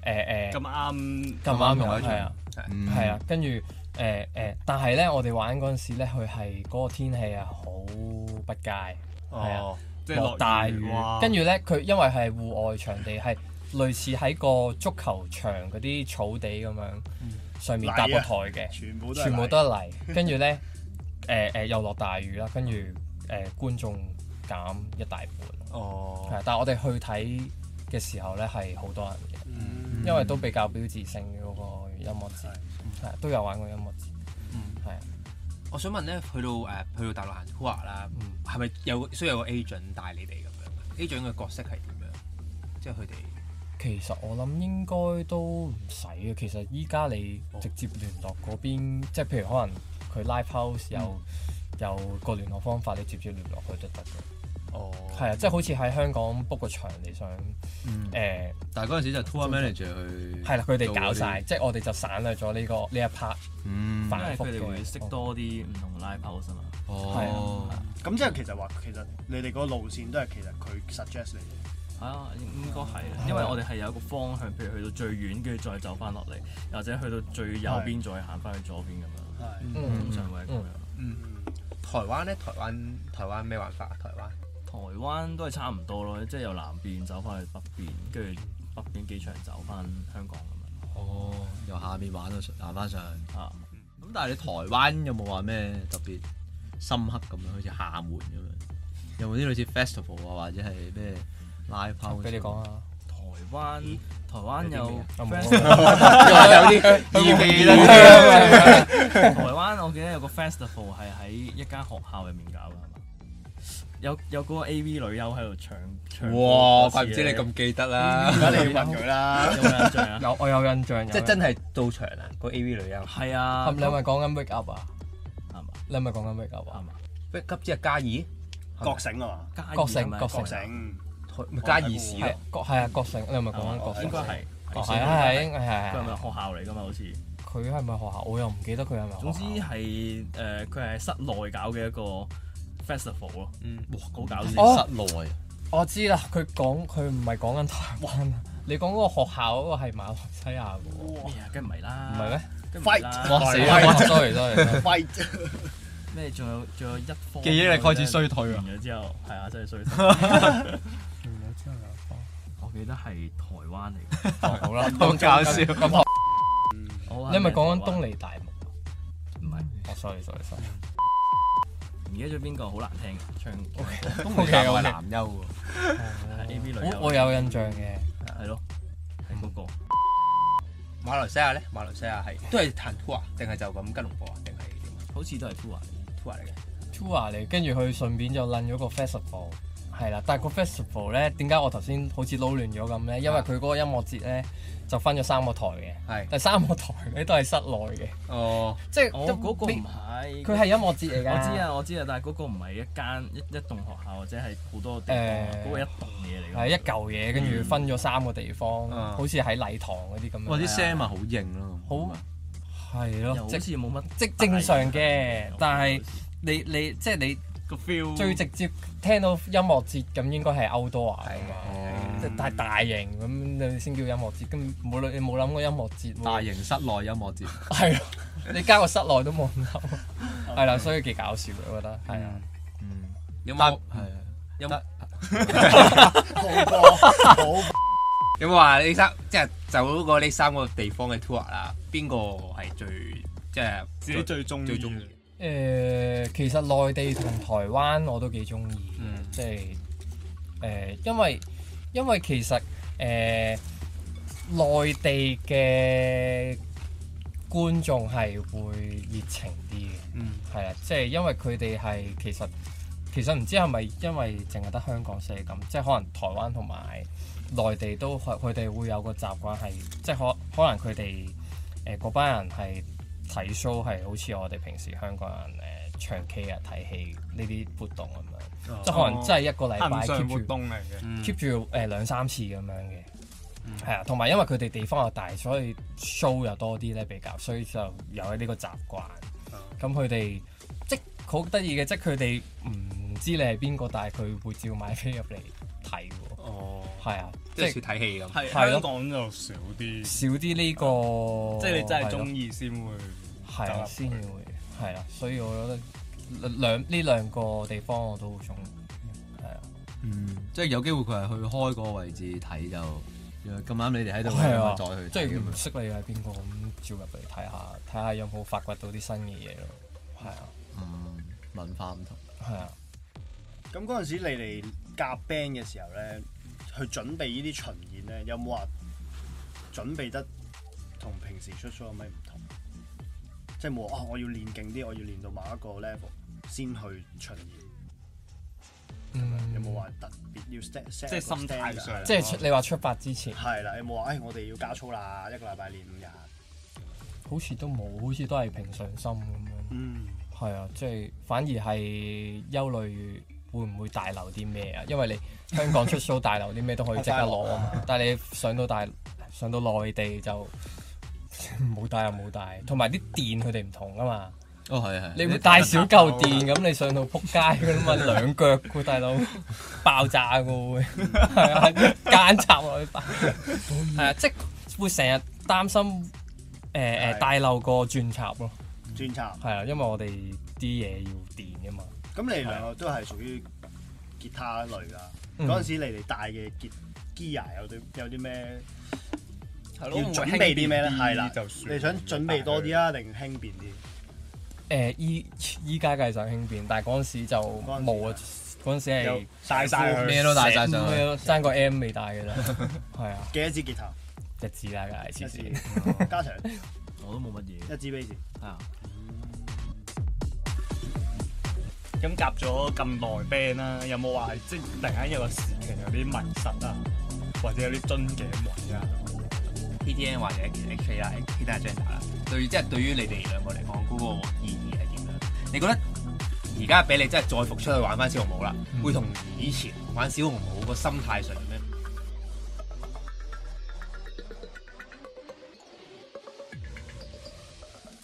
[SPEAKER 4] 咁，
[SPEAKER 5] 誒誒
[SPEAKER 4] 啱
[SPEAKER 5] 咁啱用係啊。
[SPEAKER 1] 嗯
[SPEAKER 5] 係啊，跟住誒誒，但係咧，我哋玩嗰陣時咧，佢係嗰個天氣啊，好不佳，係啊，
[SPEAKER 3] 哦，
[SPEAKER 4] 即係
[SPEAKER 5] 落
[SPEAKER 4] 落
[SPEAKER 5] 大
[SPEAKER 4] 雨
[SPEAKER 5] 雨
[SPEAKER 4] 哇，
[SPEAKER 5] 跟住咧，佢因為係戶外場地，係類似喺個足球場嗰啲草地咁樣，上面搭個台嘅，
[SPEAKER 2] 全部都係
[SPEAKER 5] 全部都係泥， 跟住咧誒誒又落大雨啦，跟住誒觀眾減一大半，
[SPEAKER 3] 哦，
[SPEAKER 5] 係，但係啊我哋去睇嘅時候咧係好多人嘅，
[SPEAKER 2] 嗯
[SPEAKER 5] 因為都比較標誌性嘅嗰個音樂節，係都有玩過音樂節。係啊，
[SPEAKER 3] 嗯我想問咧，去到誒去到大陸行 tour 啦，
[SPEAKER 2] 嗯
[SPEAKER 3] 係咪有需要有個 agent 帶你哋咁樣？agent 嘅角色係點樣？即係佢哋
[SPEAKER 5] 其實我諗應該都唔使嘅。其實依家你
[SPEAKER 2] 哦
[SPEAKER 5] 直接聯絡嗰邊，即係譬
[SPEAKER 2] 嗯
[SPEAKER 5] 如可能佢 live house 有、有個聯絡方法，你直接聯絡佢就得嘅。
[SPEAKER 3] 哦，
[SPEAKER 5] 係啊，即係好似喺香港 book 個場你想
[SPEAKER 2] 嗯
[SPEAKER 5] 誒
[SPEAKER 1] 但係嗰陣時就 tour manager 去
[SPEAKER 5] 係啦，佢哋搞
[SPEAKER 1] 做嗰
[SPEAKER 5] 晒，
[SPEAKER 1] 啲，
[SPEAKER 5] 即係我哋就省略咗呢個呢一 part
[SPEAKER 1] 嗯，
[SPEAKER 6] 因為
[SPEAKER 5] 反覆
[SPEAKER 6] 佢哋會
[SPEAKER 5] 嘅
[SPEAKER 6] 識多啲唔同 live house 啊嘛。
[SPEAKER 1] 哦，
[SPEAKER 5] 啊
[SPEAKER 2] 咁即係其實話，其實你哋嗰個路線都係其實佢 suggest 你哋。
[SPEAKER 6] 係啊，應該係啊，因為我哋係有一個方向，譬如去到最遠，跟住再走翻落嚟，又或者去到最右邊，再行翻去左邊咁樣。
[SPEAKER 2] 係。
[SPEAKER 5] 嗯
[SPEAKER 6] 通常會係咁樣。
[SPEAKER 2] 嗯
[SPEAKER 7] 台灣咧，台灣台灣咩玩法啊？台灣
[SPEAKER 6] 台灣都係差唔多咯，即係由南邊走翻去北邊，跟住北邊機場走翻香港咁
[SPEAKER 1] 哦，由下面玩到上行翻上。
[SPEAKER 6] 樣啊。
[SPEAKER 1] 咁但係你台灣有冇話咩特別深刻咁樣，好似廈門咁樣？有冇啲類似 festival 啊，或者係咩 live house？
[SPEAKER 5] 俾你講啊，
[SPEAKER 6] 台灣台灣有
[SPEAKER 5] 啊冇啊
[SPEAKER 1] 又有啲意味啦。
[SPEAKER 6] 台灣，我記得有個 festival 係喺一間學校入面搞㗎，係嘛？有有嗰個 A.V. 女優喺度唱唱歌
[SPEAKER 3] 哇！
[SPEAKER 6] 嗰次
[SPEAKER 3] 怪唔知你
[SPEAKER 6] 咧
[SPEAKER 3] 咁記得啦。
[SPEAKER 2] 而家你要問佢啦。
[SPEAKER 6] 有冇印象啊？
[SPEAKER 5] 有我有印象，有
[SPEAKER 7] 即係真
[SPEAKER 5] 印
[SPEAKER 7] 係到場啊！個 A.V. 女優
[SPEAKER 6] 係啊，
[SPEAKER 5] 象，你係咪講緊 wake up 啊？
[SPEAKER 6] 係嘛？
[SPEAKER 5] 你係咪講緊 wake up
[SPEAKER 6] 啱
[SPEAKER 5] 啊？
[SPEAKER 6] 嘛？
[SPEAKER 7] ，Wake Up 之係嘉義，
[SPEAKER 2] 覺醒啊嘛，
[SPEAKER 6] 嘉
[SPEAKER 5] 國
[SPEAKER 6] 義
[SPEAKER 5] 城
[SPEAKER 6] 係咪
[SPEAKER 5] 國
[SPEAKER 2] 覺
[SPEAKER 5] 城
[SPEAKER 2] 醒。
[SPEAKER 6] 哦
[SPEAKER 7] 台咪嘉義市
[SPEAKER 5] 係
[SPEAKER 7] 咧，
[SPEAKER 5] 國係啊，國城，你係咪講緊國城？
[SPEAKER 6] 應該係。
[SPEAKER 5] 哦，係啊，係應該
[SPEAKER 6] 佢係咪
[SPEAKER 5] 係係。
[SPEAKER 6] 學校嚟㗎嘛？好似，
[SPEAKER 5] 佢係咪學校？我又唔記得佢係咪學校。
[SPEAKER 6] 總之係誒，佢係室內搞嘅一個 festival 咯。
[SPEAKER 7] 嗯，
[SPEAKER 6] 哇，好搞笑！
[SPEAKER 5] 哦
[SPEAKER 1] 室內啊
[SPEAKER 5] 我知啦，佢講佢唔係講緊台灣啊，你講嗰個學校嗰個係馬來西亞嘅喎，
[SPEAKER 7] 哦
[SPEAKER 6] 咩啊？梗唔係啦，
[SPEAKER 5] 唔係咩？
[SPEAKER 6] 梗唔係啦
[SPEAKER 2] Fight！
[SPEAKER 5] 哇死啦！sorry sorry，
[SPEAKER 2] 喂，
[SPEAKER 6] 咩？仲有仲有一方
[SPEAKER 1] 記憶力開始衰退啊
[SPEAKER 6] 完咗之後，係啊，真係衰退。 我記得係台灣嚟嘅。
[SPEAKER 5] 好 啦，
[SPEAKER 1] 咁搞笑
[SPEAKER 5] 咁
[SPEAKER 6] 我
[SPEAKER 5] 你係咪講緊
[SPEAKER 6] 台灣
[SPEAKER 5] 東尼大
[SPEAKER 6] 唔
[SPEAKER 5] 木？
[SPEAKER 6] 係，
[SPEAKER 5] 哦，sorry sorry sorry，
[SPEAKER 6] 唔記得咗邊個好難聽嘅唱
[SPEAKER 1] 東尼亞係男優喎。
[SPEAKER 6] A V 女
[SPEAKER 5] 我
[SPEAKER 6] 優。
[SPEAKER 5] 我有印象嘅，
[SPEAKER 6] 係咯，係嗰個。
[SPEAKER 7] 馬來西亞咧，馬來西亞係都係彈 tour 啊，定係就咁吉隆坡啊，定係點啊
[SPEAKER 6] 好似都係 tour 嚟嘅。
[SPEAKER 7] tour 嚟嘅？
[SPEAKER 5] tour 嚟，跟住佢順便就撚咗個 festival，係啦。但係個 festival 咧，點解我頭先好似撈亂咗咁咧？因為佢嗰個音樂節咧就分咗三個台嘅，
[SPEAKER 7] 係
[SPEAKER 5] 但係三個台咧都係室內嘅，
[SPEAKER 7] 哦，
[SPEAKER 5] 即係
[SPEAKER 6] 我
[SPEAKER 5] 都
[SPEAKER 6] 嗰個
[SPEAKER 5] 未
[SPEAKER 6] 唔係。
[SPEAKER 5] 佢係音樂節嚟㗎。
[SPEAKER 6] 我知。啊，我知啊，但係嗰個唔係一間一一棟學校或者係好多地
[SPEAKER 5] 誒
[SPEAKER 6] 方，嗰個一嗯棟嘢嚟㗎。
[SPEAKER 5] 係一嚿嘢，跟住分咗三個地方，
[SPEAKER 6] 啊
[SPEAKER 7] 嗯
[SPEAKER 5] 好似喺禮堂嗰啲咁
[SPEAKER 1] 哇！啲
[SPEAKER 5] 樣。
[SPEAKER 1] 聲啊咪好型咯，啊
[SPEAKER 5] 好係
[SPEAKER 3] 哦
[SPEAKER 6] 又
[SPEAKER 5] 咯，
[SPEAKER 6] 好
[SPEAKER 5] 即
[SPEAKER 6] 似冇乜
[SPEAKER 5] 即
[SPEAKER 6] 大
[SPEAKER 5] 正常嘅
[SPEAKER 6] 嘢，
[SPEAKER 5] 但係你你即係你
[SPEAKER 6] 個 feel
[SPEAKER 5] 最直接聽到音樂節咁，應該係 outdoor 啊
[SPEAKER 7] 係
[SPEAKER 5] 嘛，
[SPEAKER 1] 哦
[SPEAKER 5] 即係大大型咁你先叫音樂節。咁冇你冇諗過音樂節喎
[SPEAKER 1] 大型室內音樂節。
[SPEAKER 5] 係咯， 你加個室內都冇咁諗，係啦，所以幾搞笑嘅，我覺得係啊。
[SPEAKER 1] 嗯，
[SPEAKER 7] 有
[SPEAKER 1] 但
[SPEAKER 7] 冇
[SPEAKER 1] 係啊
[SPEAKER 7] 有冇
[SPEAKER 1] 但
[SPEAKER 2] 好過好
[SPEAKER 7] 有冇話呢三即係走過呢三個地方嘅 tour
[SPEAKER 3] 啊
[SPEAKER 7] 啦？邊個係最即係
[SPEAKER 4] 自己最中意
[SPEAKER 7] 最中
[SPEAKER 4] 嘅
[SPEAKER 7] 意？
[SPEAKER 5] 誒，呃其實內地同台灣我都幾中意。
[SPEAKER 7] 嗯，
[SPEAKER 5] 即係誒、呃因為因為其實誒、呃、內地嘅觀眾係會熱情啲嘅，
[SPEAKER 7] 嗯，
[SPEAKER 5] 係啦，即係因為佢哋係其實其實唔知係咪因為淨係得香港先係咁，即係可能台灣同埋內地都係佢哋會有個習慣係，即係可可能佢哋誒嗰班人係睇 show 係好似我哋平時香港人誒、呃、唱 K 啊睇戲呢啲活動咁樣。即係可能真係一個禮拜
[SPEAKER 4] 恆
[SPEAKER 5] keep
[SPEAKER 4] 常活
[SPEAKER 5] 住
[SPEAKER 4] 動嚟嘅。
[SPEAKER 3] 嗯
[SPEAKER 5] keep 住誒兩三次咁樣嘅，係啊，同埋因為佢哋地方又大，所以 show 又多啲咧比較，所以就有呢個習慣。咁佢哋即係好得意嘅，即係佢哋唔知你係邊個，但係佢會照買飛入嚟睇喎。
[SPEAKER 7] 哦，
[SPEAKER 5] 係啊，
[SPEAKER 7] 即
[SPEAKER 5] 即
[SPEAKER 7] 係
[SPEAKER 5] 係
[SPEAKER 7] 似睇戲咁。
[SPEAKER 4] 係
[SPEAKER 5] 係咯
[SPEAKER 4] 香港就少啲，即
[SPEAKER 5] 少啲呢個，
[SPEAKER 4] 係你真係
[SPEAKER 5] 意，
[SPEAKER 4] 中意先會
[SPEAKER 5] 係啊先會係啦，所以我覺得兩呢兩個地方我都好中意，係啊。
[SPEAKER 1] 嗯，即係有機會佢係去開嗰個位置睇就，咁啱你哋喺度
[SPEAKER 5] 係啊，
[SPEAKER 1] 咁
[SPEAKER 5] 即
[SPEAKER 1] 再去睇
[SPEAKER 5] 係
[SPEAKER 1] 咁
[SPEAKER 5] 唔
[SPEAKER 1] 樣。
[SPEAKER 5] 識你係邊個咁，照入嚟睇下，睇下有冇發掘到啲新嘅嘢咯。係啊，
[SPEAKER 1] 嗯，文化唔同。
[SPEAKER 5] 係啊，
[SPEAKER 2] 咁嗰陣時，你哋夾 band 嘅時候咧，去準備呢啲巡演咧，有冇話準備得同平時出 show 有咩唔同？即係冇話啊！我要練勁啲，我要練到某一個 level 先去巡演。
[SPEAKER 5] 嗯
[SPEAKER 2] 有冇話特別要 set set
[SPEAKER 4] 即係
[SPEAKER 2] 一個
[SPEAKER 4] 心態
[SPEAKER 2] standard？啊
[SPEAKER 4] 上
[SPEAKER 5] 即係出你話出發之前，
[SPEAKER 2] 係啦，有冇話誒？我哋要加操啦，一個禮拜練五日。
[SPEAKER 5] 好似都冇，好似都係平常心咁樣。
[SPEAKER 2] 嗯，
[SPEAKER 5] 係啊，即係反而係憂慮會唔會大樓啲咩啊？因為你香港出 show 大樓啲咩都可以即刻攞 啊嘛，但係你上到大上到內地就 冇帶又冇帶，同埋啲電佢哋唔同啊嘛。
[SPEAKER 1] 哦係係，
[SPEAKER 5] 你會帶少嚿電咁，你上到撲街噶啦嘛，兩腳噶大 佬，爆炸噶會，係啊，間插落去爆， 係啊，即係會成日擔心誒誒
[SPEAKER 2] 係
[SPEAKER 5] 帶漏個轉插咯，
[SPEAKER 2] 專插。
[SPEAKER 5] 係啊，因為我哋啲嘢要電噶嘛，
[SPEAKER 2] 咁你兩個都係屬於吉他類啦。
[SPEAKER 5] 嗯
[SPEAKER 2] 嗰陣時你哋帶嘅吉 gear 有啲有啲咩？
[SPEAKER 8] 係
[SPEAKER 2] 要準備啲咩咧？係啦，
[SPEAKER 4] 就算
[SPEAKER 2] 你想準備多啲啊，定輕便啲？
[SPEAKER 5] 誒依依家梗係想輕便，但係嗰陣時就冇啊，嗰陣時
[SPEAKER 2] 有
[SPEAKER 5] 係
[SPEAKER 2] 帶晒佢
[SPEAKER 1] 咩都帶晒上去，
[SPEAKER 5] 咩爭個 M 未帶嘅啦，係啊，
[SPEAKER 2] 幾多支吉他？
[SPEAKER 5] 一支啦梗係，
[SPEAKER 2] 一
[SPEAKER 5] 黐
[SPEAKER 2] 支
[SPEAKER 5] 線，
[SPEAKER 2] 加長
[SPEAKER 1] 我都冇乜嘢。
[SPEAKER 2] 一支 bass。
[SPEAKER 1] 啊，
[SPEAKER 4] 咁夾咗咁耐 band 啦，有冇話即係突然間有個時期有啲迷失啊，或者有啲樽頸位啊？
[SPEAKER 3] PTN 或者 HA 啦、其他 agenda 啦，對即係對於你哋兩個嚟講嗰個意義係點樣？你覺得
[SPEAKER 6] 嗯
[SPEAKER 3] 而家俾你真係再復出去玩翻小紅帽啦，會同以前玩小紅帽個心態上有